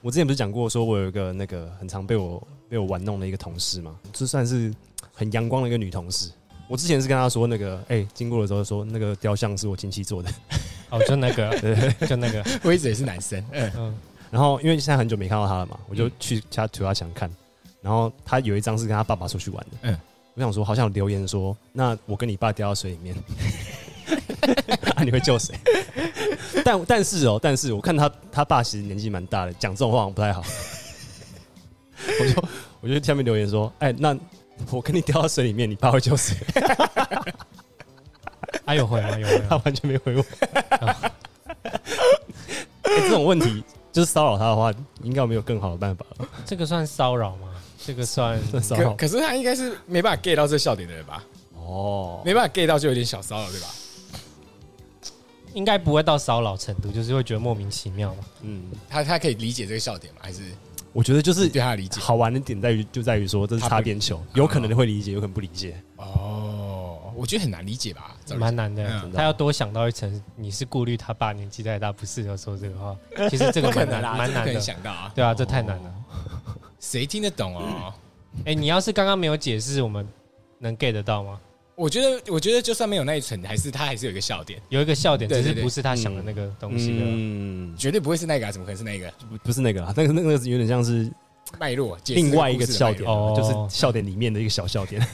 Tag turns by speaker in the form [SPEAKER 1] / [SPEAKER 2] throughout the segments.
[SPEAKER 1] 我之前不是讲过，说我有一个那个很常被我被我玩弄的一个同事嘛，就算是很阳光的一个女同事。我之前是跟她说那个，哎、经过的时候说那个雕像是我亲戚做的，
[SPEAKER 2] 哦，就那 个，就那个，
[SPEAKER 3] 我一直也是男生，嗯，
[SPEAKER 2] 嗯，
[SPEAKER 1] 然后因为现在很久没看到她了嘛，我就去她涂鸦墙看，然后她有一张是跟她爸爸出去玩的，
[SPEAKER 3] 嗯
[SPEAKER 1] 我想说好像有留言说，那我跟你爸掉到水里面， 啊，你会救谁？ 但但是哦，但是我看他他爸其实年纪蛮大的，讲这种话好像不太好。 我就我就下面留言说，哎、那我跟你掉到水里面，你爸会救谁？
[SPEAKER 2] 啊有回啊有回
[SPEAKER 1] 他
[SPEAKER 2] 啊，
[SPEAKER 1] 完全没回我。 哎这种问题就是骚扰他的话，应该没有更好的办法了。
[SPEAKER 2] 这个算骚扰吗？这个 算
[SPEAKER 1] 算骚
[SPEAKER 3] 可
[SPEAKER 1] 扰
[SPEAKER 3] 可是他应该是没办法 get 到这笑点的人吧？
[SPEAKER 1] 哦，
[SPEAKER 3] 没办法 get 到就有点小骚扰，对吧？
[SPEAKER 2] 应该不会到骚扰程度，就是会觉得莫名其妙嘛。
[SPEAKER 1] 嗯，
[SPEAKER 3] 他他可以理解这个笑点吗？还是
[SPEAKER 1] 我觉得就是
[SPEAKER 3] 对他的理解？
[SPEAKER 1] 好玩的点在于就在于说这是擦边球，有可能会理解，有可能不理解。
[SPEAKER 3] 哦，我觉得很难理解吧，照理
[SPEAKER 2] 蛮难的
[SPEAKER 3] 嗯，
[SPEAKER 2] 他要多想到一层。你是顾虑他爸年纪太大，不适合说这 个话。其实这
[SPEAKER 3] 不
[SPEAKER 2] 个
[SPEAKER 3] 可
[SPEAKER 2] 蛮难，
[SPEAKER 3] 能啦，
[SPEAKER 2] 蛮
[SPEAKER 3] 这不可
[SPEAKER 2] 难
[SPEAKER 3] 能
[SPEAKER 2] 的。
[SPEAKER 3] 想到啊，
[SPEAKER 2] 对啊，这太难了。
[SPEAKER 3] 谁听得懂哦？
[SPEAKER 2] 哎，你要是刚刚没有解释，我们能 get 得到吗？
[SPEAKER 3] 我觉得，我觉得就算没有那一层，还是他还是有一个笑点，
[SPEAKER 2] 有一个笑点，
[SPEAKER 3] 对
[SPEAKER 2] 只
[SPEAKER 3] 对
[SPEAKER 2] 是
[SPEAKER 3] 对嗯
[SPEAKER 2] 不是他想的那个东西对吧
[SPEAKER 1] 嗯，
[SPEAKER 3] 绝对不会是那个、啊，怎么可能是那个
[SPEAKER 1] 不不是那个啦，那个那个有点像是
[SPEAKER 3] 脉络？解释
[SPEAKER 1] 另外一个
[SPEAKER 3] 故事的
[SPEAKER 1] 笑
[SPEAKER 3] 脉络
[SPEAKER 1] 点
[SPEAKER 2] 哦
[SPEAKER 1] 啊，就是笑点里面的一个小笑点。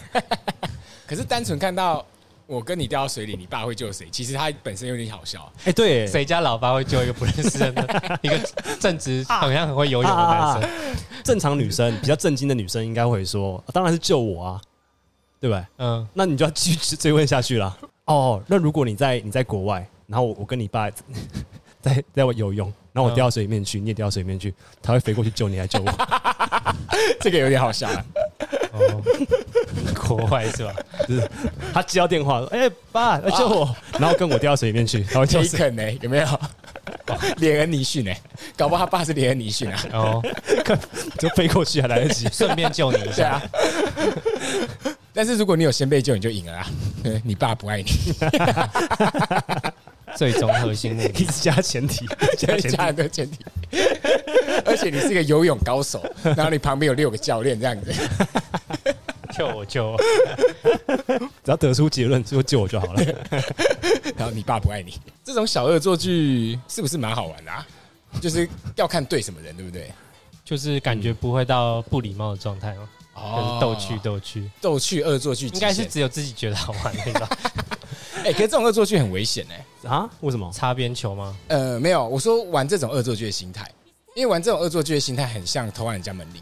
[SPEAKER 3] 可是单纯看到我跟你掉到水里，你爸会救谁？其实他本身有点好笑，啊
[SPEAKER 1] 哎， 对，
[SPEAKER 2] 谁家老爸会救一个不认识人的一个正直，
[SPEAKER 3] 啊
[SPEAKER 2] 好像很会游泳的男生？
[SPEAKER 1] 啊正常女生比较正经的女生应该会说，啊当然是救我啊，对不对？
[SPEAKER 2] 嗯，
[SPEAKER 1] 那你就要继续追问下去啦。哦，那如果你在你在国外，然后我我跟你爸 在在我游泳，然后我掉到水里面去，你也掉到水里面去，他会飞过去救你，来救 我，
[SPEAKER 3] 这个有点好笑、啊。
[SPEAKER 2] 哦，国外是吧？
[SPEAKER 1] 就是他接到电话说，哎、爸来救我，然后跟 我掉到水里面去，他会救
[SPEAKER 3] 杰
[SPEAKER 1] 谁？
[SPEAKER 3] 肯呢？有没有？ 连恩尼逊呢？搞不好他爸是连恩尼逊啊。
[SPEAKER 2] 哦，
[SPEAKER 1] 就飞过去还啊来得及。
[SPEAKER 2] 顺便救你 一
[SPEAKER 3] 对
[SPEAKER 2] 下。
[SPEAKER 3] 啊。但是如果你有先被救，你就赢了啊！ 对你爸不爱 你，
[SPEAKER 2] 最终核心 目的
[SPEAKER 1] 一直加前提，加前提
[SPEAKER 3] 家人的前提。而且你是个游泳高手，然后你旁边有六个教练这样子，
[SPEAKER 2] 救我救我，
[SPEAKER 1] 只要得出结论就救我就好了。
[SPEAKER 3] 然后你爸不爱你，这种小恶作剧是不是蛮好玩的、啊？就是要看对什么人，对不对？
[SPEAKER 2] 就是感觉不会到不礼貌的状态哦，就是逗趣
[SPEAKER 3] 的
[SPEAKER 2] 逗趣，
[SPEAKER 3] 逗趣恶作剧极
[SPEAKER 2] 应
[SPEAKER 3] 限，
[SPEAKER 2] 该是只有自己觉得好玩那种
[SPEAKER 3] 哎、可是这种恶作剧很危险哎、
[SPEAKER 1] 啊？为什么？
[SPEAKER 2] 擦边球吗？
[SPEAKER 3] 呃，没有，我说玩这种恶作剧的心态，因为玩这种恶作剧的心态很像偷按人家门铃。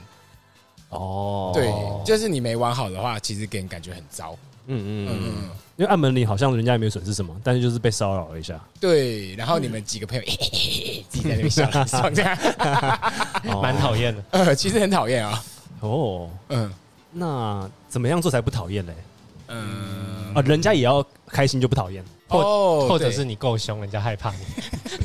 [SPEAKER 1] 哦，
[SPEAKER 3] 对，就是你没玩好的话，其实给人感觉很糟。
[SPEAKER 1] 嗯嗯嗯，
[SPEAKER 3] 嗯，
[SPEAKER 1] 因为按门铃好像人家也没有损失什么，但是就是被骚扰了 一下，
[SPEAKER 3] 对。然后你
[SPEAKER 2] 嗯
[SPEAKER 3] 们几个朋友、嘿嘿嘿嘿自己在那边笑很 爽这样，
[SPEAKER 2] 蛮讨厌的。
[SPEAKER 3] 呃，其实很讨厌啊。
[SPEAKER 1] 哦。
[SPEAKER 3] 嗯
[SPEAKER 1] 那怎么样做才不讨厌嘞？
[SPEAKER 3] 嗯，
[SPEAKER 1] 啊，人家也要开心就不讨厌，
[SPEAKER 3] 哦
[SPEAKER 2] 或者
[SPEAKER 3] 对
[SPEAKER 2] 是你够凶，人家害怕你。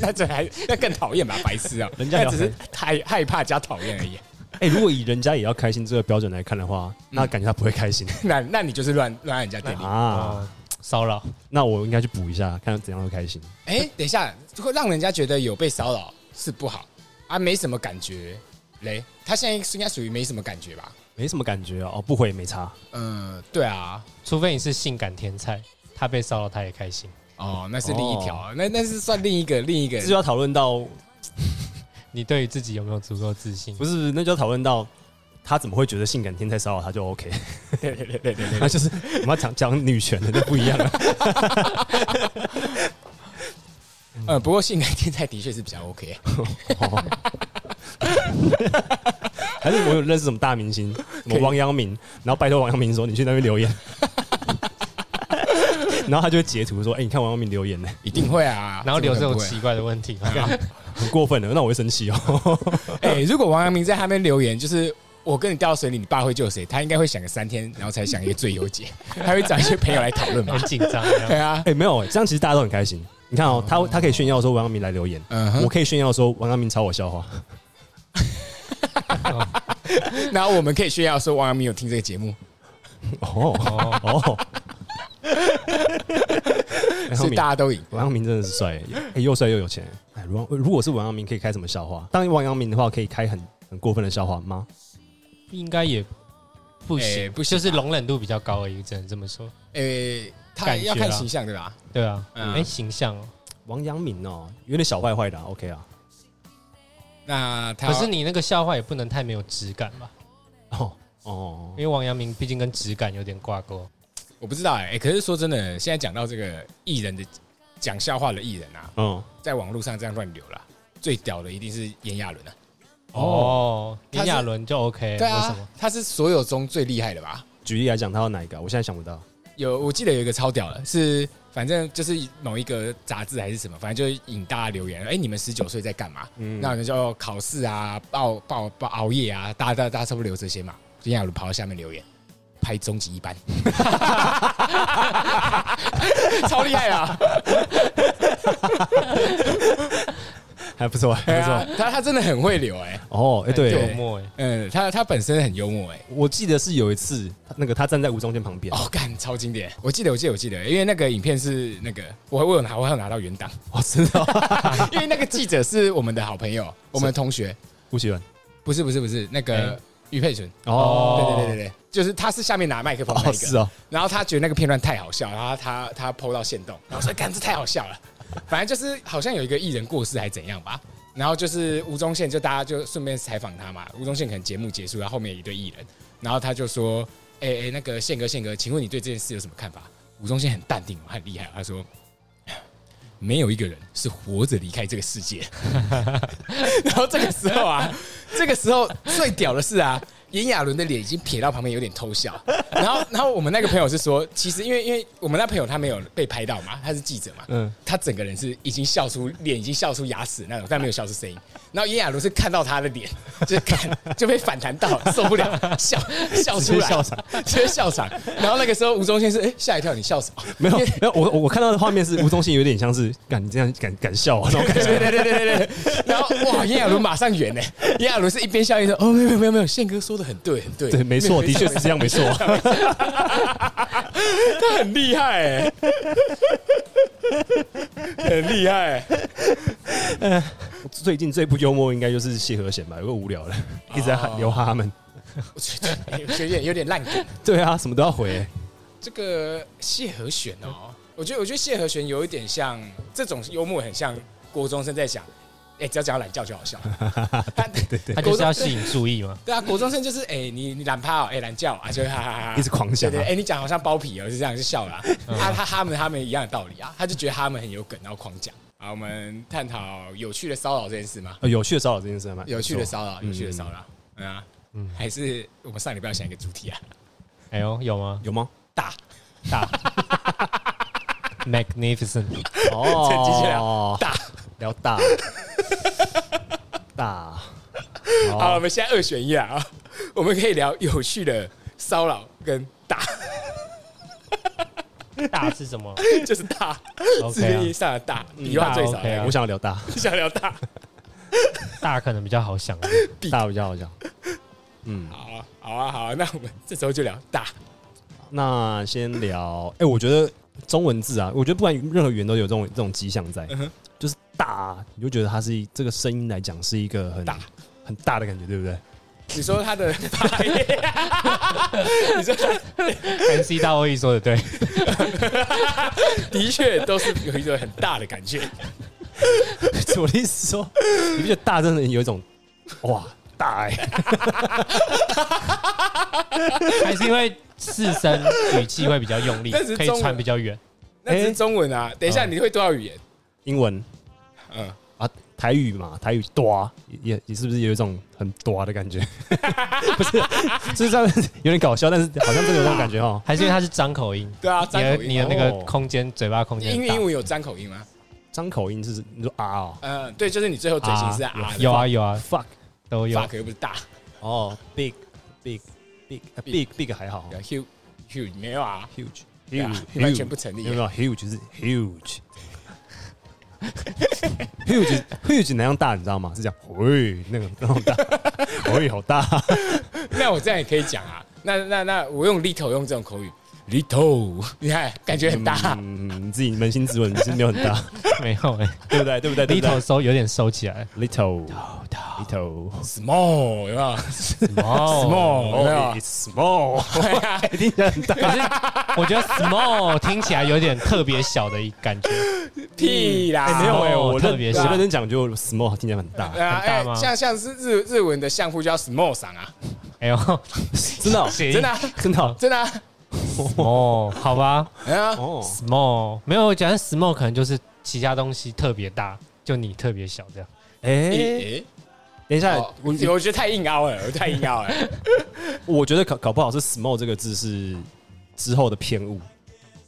[SPEAKER 3] 那这还那更讨厌吧，白痴 啊！
[SPEAKER 1] 人家
[SPEAKER 3] 那只是害害怕加讨厌而已。
[SPEAKER 1] 哎、如果以人家也要开心这个标准来看的话，
[SPEAKER 3] 嗯
[SPEAKER 1] 那感觉他不会开心、
[SPEAKER 3] 那那你就是乱乱按人家电铃。
[SPEAKER 1] 啊。
[SPEAKER 2] 啊，骚扰
[SPEAKER 1] 那我应该去补一下，看怎样会开心。
[SPEAKER 3] 哎、等一下，会让人家觉得有被骚扰是不好啊，没什么感觉嘞。他现在应该属于没什么感觉吧？
[SPEAKER 1] 没什么感觉哦，哦不回也没差。
[SPEAKER 3] 嗯，对啊，
[SPEAKER 2] 除非你是性感天才，他被骚扰他也开心。
[SPEAKER 3] 哦，那是另一条啊，那那是算另一个另一个
[SPEAKER 1] 这就要讨论到，
[SPEAKER 2] 你对于自己有没有足够自信？
[SPEAKER 1] 不是，那就要讨论到他怎么会觉得性感天才骚扰他就 OK。
[SPEAKER 3] 对对对对对
[SPEAKER 1] 那就是我们要讲讲女权的，那不一样啊了。
[SPEAKER 3] 嗯，不过性感天才的确是比较 OK，
[SPEAKER 1] 哦还是我有认识什么大明星，什么
[SPEAKER 3] 可以
[SPEAKER 1] 王阳明，然后拜托王阳明说你去那边留言， 然后他就会截图说，哎、你看王阳明留言呢，
[SPEAKER 3] 一定会啊。
[SPEAKER 2] 然后留这
[SPEAKER 3] 怎么
[SPEAKER 2] 种
[SPEAKER 3] 可能
[SPEAKER 2] 奇怪的问题，
[SPEAKER 1] 很过分的，那我会生气哦。
[SPEAKER 3] 不会啊，哎、如果王阳明在他那边留言，就是我跟你掉到水里，你爸会救谁？他应该会想个三天，然后才想一个最优解， 还会找一些朋友来讨论 吧
[SPEAKER 2] 很。紧张。
[SPEAKER 3] 对啊，
[SPEAKER 1] 哎、没有、这样其实大家都很开心。你看哦，他他可以炫耀说王阳明来留言，
[SPEAKER 3] 嗯
[SPEAKER 1] 我
[SPEAKER 3] 哼，
[SPEAKER 1] 可以炫耀说王阳明抄我笑话，
[SPEAKER 3] 然后我们可以炫耀说王阳明有听这个节目，
[SPEAKER 1] 哦
[SPEAKER 2] 哦，
[SPEAKER 1] 哦， 王阳
[SPEAKER 3] 是
[SPEAKER 1] 明
[SPEAKER 3] 大家都赢。
[SPEAKER 1] 欸王阳明真的是帅、哎又帅又有钱、哎如果如果是王阳明，可以开什么笑话？当王阳明的话，可以开很很过分的笑话吗？
[SPEAKER 2] 应该也不行，
[SPEAKER 3] 哎不行
[SPEAKER 2] 就是容忍度比较高而已，只能这么说，
[SPEAKER 3] 诶，哎他
[SPEAKER 2] 感觉
[SPEAKER 3] 要看
[SPEAKER 2] 啦
[SPEAKER 3] 形象对吧？
[SPEAKER 2] 对啊，哎、
[SPEAKER 3] 嗯
[SPEAKER 2] 形象哦、
[SPEAKER 1] 王阳明哦，有点小坏坏的、啊、，OK 啊。
[SPEAKER 3] 那他
[SPEAKER 2] 可是你那个笑话也不能太没有质感吧？
[SPEAKER 1] 哦哦
[SPEAKER 2] 因，为王阳明毕竟跟质感有点挂钩，
[SPEAKER 3] 我不知道哎、欸可是说真的，现在讲到这个艺人的讲笑话的艺人啊，
[SPEAKER 1] 嗯，
[SPEAKER 3] 在网络上这样乱流啦，最屌的一定是炎亚纶啊。
[SPEAKER 2] 哦，
[SPEAKER 3] 他是
[SPEAKER 2] 炎亚纶就 OK，
[SPEAKER 3] 对
[SPEAKER 2] 哎为什
[SPEAKER 3] 啊
[SPEAKER 2] 么？，
[SPEAKER 3] 他是所有中最厉害的吧？
[SPEAKER 1] 举例来讲，他要哪一个啊？我现在想不到。
[SPEAKER 3] 有，我记得有一个超屌的，是反正就是某一个杂志还是什么，反正就是引大家留言，哎、你们十九岁在干嘛？
[SPEAKER 1] 嗯，
[SPEAKER 3] 那我们就考试啊，暴暴暴熬夜啊，大家大家大家差不多留这些嘛。炎亚纶跑到下面留言，拍终极一班，超厉害啊！
[SPEAKER 1] 还不错，
[SPEAKER 3] 对
[SPEAKER 1] 还不
[SPEAKER 3] 啊
[SPEAKER 1] 错。，
[SPEAKER 3] 他他真的很会留哎、
[SPEAKER 1] 哦，哎、
[SPEAKER 2] 很
[SPEAKER 1] 对
[SPEAKER 2] 幽，默哎，
[SPEAKER 3] 嗯，他他本身很幽默哎、
[SPEAKER 1] 我记得是有一次，那个他站在吴宗宪旁边，
[SPEAKER 3] 哦，干，超经典！我记得，我记得，我记得，因为那个影片是那个，我我有拿，我有拿到原档，
[SPEAKER 1] 哦，真的、哦，
[SPEAKER 3] 因为那个记者是我们的好朋友，我们的同学，
[SPEAKER 1] 吴奇文。
[SPEAKER 3] 不是不是不是，那个
[SPEAKER 2] 哎
[SPEAKER 3] 于佩纯，对
[SPEAKER 1] 哦，
[SPEAKER 3] 对对对对，就是他是下面拿麦克风那
[SPEAKER 1] 哦，
[SPEAKER 3] 一
[SPEAKER 1] 是
[SPEAKER 3] 个，
[SPEAKER 1] 哦，
[SPEAKER 3] 然后他觉得那个片段太好笑，然后他他 PO 到线动，然后说干这太好笑了，反正就是好像有一个艺人过世还怎样吧。然后就是吴宗宪，就大家就顺便采访他嘛。吴宗宪可能节目结束，然后后面有一对艺人，然后他就说：“哎、哎、那个宪哥，宪哥，请问你对这件事有什么看法？”吴宗宪很淡定，很厉害，他说：“没有一个人是活着离开这个世界。” 然后这个时候啊，这个时候最屌的是啊，炎亚纶的脸已经撇到旁边，有点偷笑。然后，然后我们那个朋友是说，其实因为因为我们那朋友他没有被拍到嘛，他是记者嘛，
[SPEAKER 1] 嗯，
[SPEAKER 3] 他整个人是已经笑出脸，已经笑出牙齿那种，但没有笑出声音。然后炎亚纶是看到他的脸，就是看就被反弹到，受不了，笑笑出
[SPEAKER 1] 直接
[SPEAKER 3] 来，
[SPEAKER 1] 笑场，
[SPEAKER 3] 直接笑场。然后那个时候吴宗宪是哎吓、一跳，你笑什么？
[SPEAKER 1] 没有没有，我我我看到的画面是吴宗宪有点像是，敢你这样敢敢笑啊那种感觉，
[SPEAKER 3] 对对对对对对。 然后哇，炎亚纶马上圆呢，炎亚纶是一边笑一边说：“哦，没有没有没有没有，宪哥说的很对，很对，
[SPEAKER 1] 对，没错，的确是这样，没错。
[SPEAKER 3] 他 很厉害、欸，很厉害、欸。
[SPEAKER 1] 最近最不幽默应该就是谢和弦吧，有个无聊了，一直在喊留哈他们。
[SPEAKER 3] 我觉得有点有点烂梗。
[SPEAKER 1] 对啊，什么都要回、
[SPEAKER 3] 这个谢和弦哦，我觉得我觉得谢和弦有一点像这种幽默，很像国中生在讲，哎、只要讲到懒觉就 好笑。对对啊
[SPEAKER 2] 他就是要吸引注意嘛。
[SPEAKER 3] 对啊，国中生就是哎、你你懒趴哦，哎、懒觉哦啊，就哈哈哈哈，
[SPEAKER 1] 一直狂
[SPEAKER 3] 对
[SPEAKER 1] 想、
[SPEAKER 3] 对，
[SPEAKER 1] 啊
[SPEAKER 3] 哎、。你讲好像包皮哦，是这样，是笑啦、 啊。他他们他们一样的道理啊，他就觉得他们很有梗，然后狂讲。啊，我们探讨有趣的骚扰这件事吗？
[SPEAKER 1] 呃有趣的骚扰这件事吗？
[SPEAKER 3] 有趣的骚扰，
[SPEAKER 1] 嗯
[SPEAKER 3] 有趣的骚扰，嗯啊，
[SPEAKER 2] 嗯
[SPEAKER 3] 还是我们上礼拜要想一个主题啊，
[SPEAKER 2] 哎呦，有 吗？
[SPEAKER 1] 有吗？
[SPEAKER 3] 大
[SPEAKER 2] 大，magnificent，
[SPEAKER 1] 哦
[SPEAKER 3] 趁机去
[SPEAKER 1] 聊
[SPEAKER 3] 大。
[SPEAKER 1] 聊大 大。
[SPEAKER 3] 好，我
[SPEAKER 1] 好，
[SPEAKER 3] 们现在二选一啊， 啊我们可以聊有趣的骚扰跟大，
[SPEAKER 2] 大是什么
[SPEAKER 3] 就是大，字面意
[SPEAKER 2] ？OK
[SPEAKER 3] 义上的大，笔
[SPEAKER 2] 大
[SPEAKER 3] 画最少
[SPEAKER 2] OK
[SPEAKER 3] 的，
[SPEAKER 2] 啊
[SPEAKER 1] 我想要聊大，
[SPEAKER 3] 想聊大。
[SPEAKER 2] 啊，大可能比较好想。啊
[SPEAKER 1] 大比较好笑。嗯，
[SPEAKER 3] 好啊，好啊，好啊，那我们这时候就聊大，
[SPEAKER 1] 那先聊。哎，我觉得中文字啊，我觉得不管任何语言都有这种这种迹象在
[SPEAKER 3] 嗯哼，
[SPEAKER 1] 就是大，你就觉得它是一这个声音来讲是一个很
[SPEAKER 3] 大
[SPEAKER 1] 很大的感觉，对不对？
[SPEAKER 3] 你说他的发音，你说他
[SPEAKER 2] M C 大卫说的对，
[SPEAKER 3] 的确都是有一种很大的感觉，
[SPEAKER 1] 我的意思是说，你不觉得大真的有一种哇大哎、
[SPEAKER 2] 还是因为四声语气会比较用力
[SPEAKER 3] 但是，
[SPEAKER 2] 可以
[SPEAKER 3] 中文
[SPEAKER 2] 传比较远。
[SPEAKER 3] 那只是中文啊。等一下你会多少语言？
[SPEAKER 1] 英文
[SPEAKER 3] 嗯，
[SPEAKER 1] 啊台语嘛，台语多也也是不是有一种很多的感觉？ 不是，就是这样有点搞笑，但是好像真的有这种感觉哦。
[SPEAKER 2] 还是因为它是张口音，
[SPEAKER 3] 对啊，
[SPEAKER 2] 你
[SPEAKER 3] 张
[SPEAKER 2] 的
[SPEAKER 3] 口
[SPEAKER 2] 你
[SPEAKER 3] 音
[SPEAKER 2] 的
[SPEAKER 3] 啊。
[SPEAKER 2] 那个
[SPEAKER 1] 哦
[SPEAKER 2] 空间，嘴巴空间
[SPEAKER 3] 英
[SPEAKER 2] 很
[SPEAKER 3] 语
[SPEAKER 2] 大
[SPEAKER 3] 英文有张口音吗？
[SPEAKER 1] 张口音是你说啊哦
[SPEAKER 3] 嗯，对，就是你最后嘴型是啊，
[SPEAKER 2] 有啊有啊
[SPEAKER 1] ，fuck
[SPEAKER 2] 都有。
[SPEAKER 3] ，fuck 又不是大，
[SPEAKER 1] 哦，big big big 呃 big big 还好
[SPEAKER 3] 有 huge huge 没有啊，
[SPEAKER 1] ，huge
[SPEAKER 3] 对啊
[SPEAKER 1] huge
[SPEAKER 3] 完全不成立
[SPEAKER 1] 有没有 huge 是 huge。huge huge 哪样大你知道吗？是这样，喂，那个那种大，喂，好大，
[SPEAKER 3] 那我这样也可以讲啊。那那那我用 little 用这种口语 Little，你看感
[SPEAKER 1] 음,
[SPEAKER 3] 觉很大，
[SPEAKER 1] 嗯，你自己扪心自问，你是没有很大，
[SPEAKER 2] 没有 哎、
[SPEAKER 1] 对不对？对不对对
[SPEAKER 2] l
[SPEAKER 1] 不
[SPEAKER 2] i t t
[SPEAKER 1] 对
[SPEAKER 2] l 收有点收起来
[SPEAKER 1] little little
[SPEAKER 3] small 有没有
[SPEAKER 2] ，small，small，
[SPEAKER 3] ？small 有没有
[SPEAKER 1] it's？small，
[SPEAKER 3] 对啊，
[SPEAKER 1] 一定很大。
[SPEAKER 2] 我觉得 small 听起来有点特别小的一感觉，
[SPEAKER 3] 屁啦，啊
[SPEAKER 1] 哎，没有哎，
[SPEAKER 2] Small，
[SPEAKER 1] 我
[SPEAKER 2] 特
[SPEAKER 1] 认
[SPEAKER 2] 别
[SPEAKER 1] 我
[SPEAKER 2] 小
[SPEAKER 1] 认真讲，就 small 听起来很大，
[SPEAKER 3] 对啊，
[SPEAKER 2] 很大
[SPEAKER 3] 哎
[SPEAKER 2] 吗，
[SPEAKER 3] 像像是日日文的相扑就叫 small 赏啊，
[SPEAKER 2] 哎呦，
[SPEAKER 1] 真的哦
[SPEAKER 2] 谐音
[SPEAKER 3] 真的啊
[SPEAKER 1] 真的哦
[SPEAKER 3] 真的啊，
[SPEAKER 2] small，好吧
[SPEAKER 3] 哎呀，
[SPEAKER 1] 哦。
[SPEAKER 2] ，small 没有，我讲 small 可能就是其他东西特别大，就你特别小这样。
[SPEAKER 1] 哎，
[SPEAKER 3] 诶
[SPEAKER 1] 等一下，
[SPEAKER 3] 哦我我觉得太硬凹了，我太硬凹了，
[SPEAKER 1] 我觉得搞搞不好是 small 这个字是之后的偏误，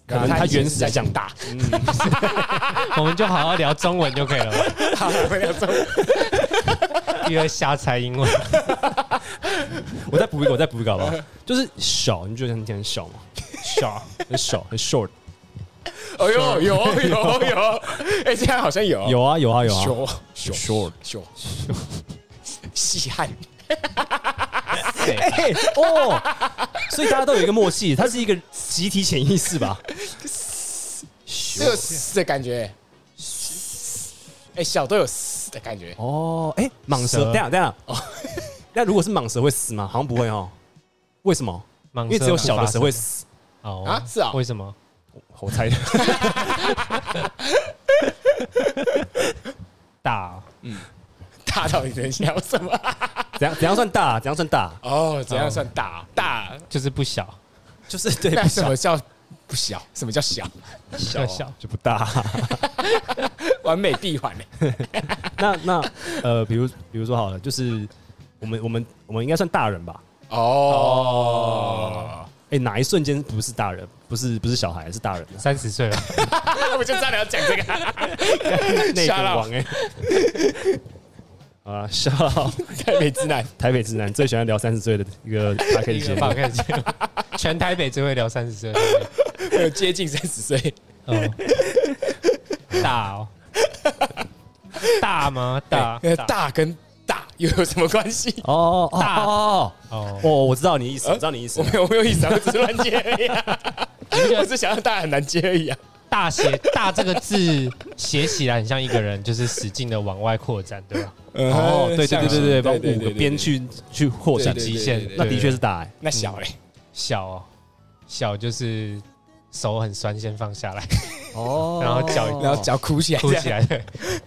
[SPEAKER 1] 可能它
[SPEAKER 3] 以前
[SPEAKER 1] 原
[SPEAKER 3] 是
[SPEAKER 1] 始
[SPEAKER 3] 在
[SPEAKER 1] 在
[SPEAKER 3] 讲
[SPEAKER 1] 讲
[SPEAKER 3] 大，
[SPEAKER 2] 我们就好好聊中文就可以了吧，
[SPEAKER 3] 好我们要走
[SPEAKER 2] 因为瞎猜英文。
[SPEAKER 1] 我再 补一个，我再补一个好不好？就是小，你觉得很很小吗？小，很小，很 short。
[SPEAKER 3] 哦呦， 有有 有，哎，这样好像有
[SPEAKER 1] 有啊，有啊，有啊。
[SPEAKER 3] 熊
[SPEAKER 1] Short
[SPEAKER 3] 熊细汉，
[SPEAKER 1] 哎哦，所以大家都有一个默契，它是一个集体潜意识吧？
[SPEAKER 3] 这个嘶的感觉，哎，小都有嘶的感觉，
[SPEAKER 1] 哦，哎，蟒蛇，
[SPEAKER 2] 蛇
[SPEAKER 1] 等一下等一下，那如果是蟒蛇会死吗？好像不会哦。为什么？
[SPEAKER 2] 因
[SPEAKER 1] 因为只有小的蛇会死。
[SPEAKER 2] 哦
[SPEAKER 3] 啊是啊
[SPEAKER 2] 为什么？
[SPEAKER 1] 我 猜的。
[SPEAKER 2] 大
[SPEAKER 3] 大到底能想什么？
[SPEAKER 1] 怎样怎样算大？啊怎样算大？
[SPEAKER 3] 哦，怎样算大？大
[SPEAKER 2] 就是不小，
[SPEAKER 1] 就是 对
[SPEAKER 3] 那
[SPEAKER 1] 不
[SPEAKER 3] 什
[SPEAKER 1] 小
[SPEAKER 3] 么叫不小？什么叫小？
[SPEAKER 2] 小小
[SPEAKER 1] 就不大。啊
[SPEAKER 3] 完美闭环呢？
[SPEAKER 1] 那那呃，比如比如说好了，就是我们我们我们应该算大人吧？
[SPEAKER 3] 哦，
[SPEAKER 1] 哎，哪一瞬间不是大人？不是不是小孩，是大人 啊
[SPEAKER 2] 三十岁了，
[SPEAKER 3] 我就差点要讲这个，
[SPEAKER 1] 内
[SPEAKER 3] 吓到
[SPEAKER 1] 个 王哎。啊，笑到
[SPEAKER 3] 台北直男，
[SPEAKER 1] 台北直男最喜欢聊三十岁的一个 p a c
[SPEAKER 2] 一
[SPEAKER 1] a 节
[SPEAKER 2] 个
[SPEAKER 1] 目
[SPEAKER 2] 放。开节目，全台北只会聊三十岁的人。
[SPEAKER 3] 没有接近三十岁，
[SPEAKER 2] 嗯，大哦，大吗？大
[SPEAKER 1] 呃
[SPEAKER 3] 哎大跟大又有什么关系？
[SPEAKER 1] 哦哦
[SPEAKER 2] 大
[SPEAKER 1] 哦
[SPEAKER 2] 哦，
[SPEAKER 1] 哦，我知道你意思，
[SPEAKER 3] 呃
[SPEAKER 1] 我知道你意思
[SPEAKER 3] 我。没有，我没有意思啊，我只是乱接而已啊。 我只想让大家很难接而已啊。
[SPEAKER 2] 大写 大这个字写起来很像一个人，就是使劲的往外扩展，对吧？
[SPEAKER 1] 哦，对对
[SPEAKER 3] 像是
[SPEAKER 1] 对对对，把五个边，
[SPEAKER 3] 对对对对
[SPEAKER 1] 去去扩展
[SPEAKER 3] 对，对
[SPEAKER 2] 极限
[SPEAKER 3] 对对对
[SPEAKER 1] 那的确是大哎。
[SPEAKER 3] 那小嘞，
[SPEAKER 2] 小哦，小就是手很酸，先放下来，
[SPEAKER 1] 哦
[SPEAKER 2] 然后脚
[SPEAKER 3] 然后脚哭起来，
[SPEAKER 2] 凸起，来， 对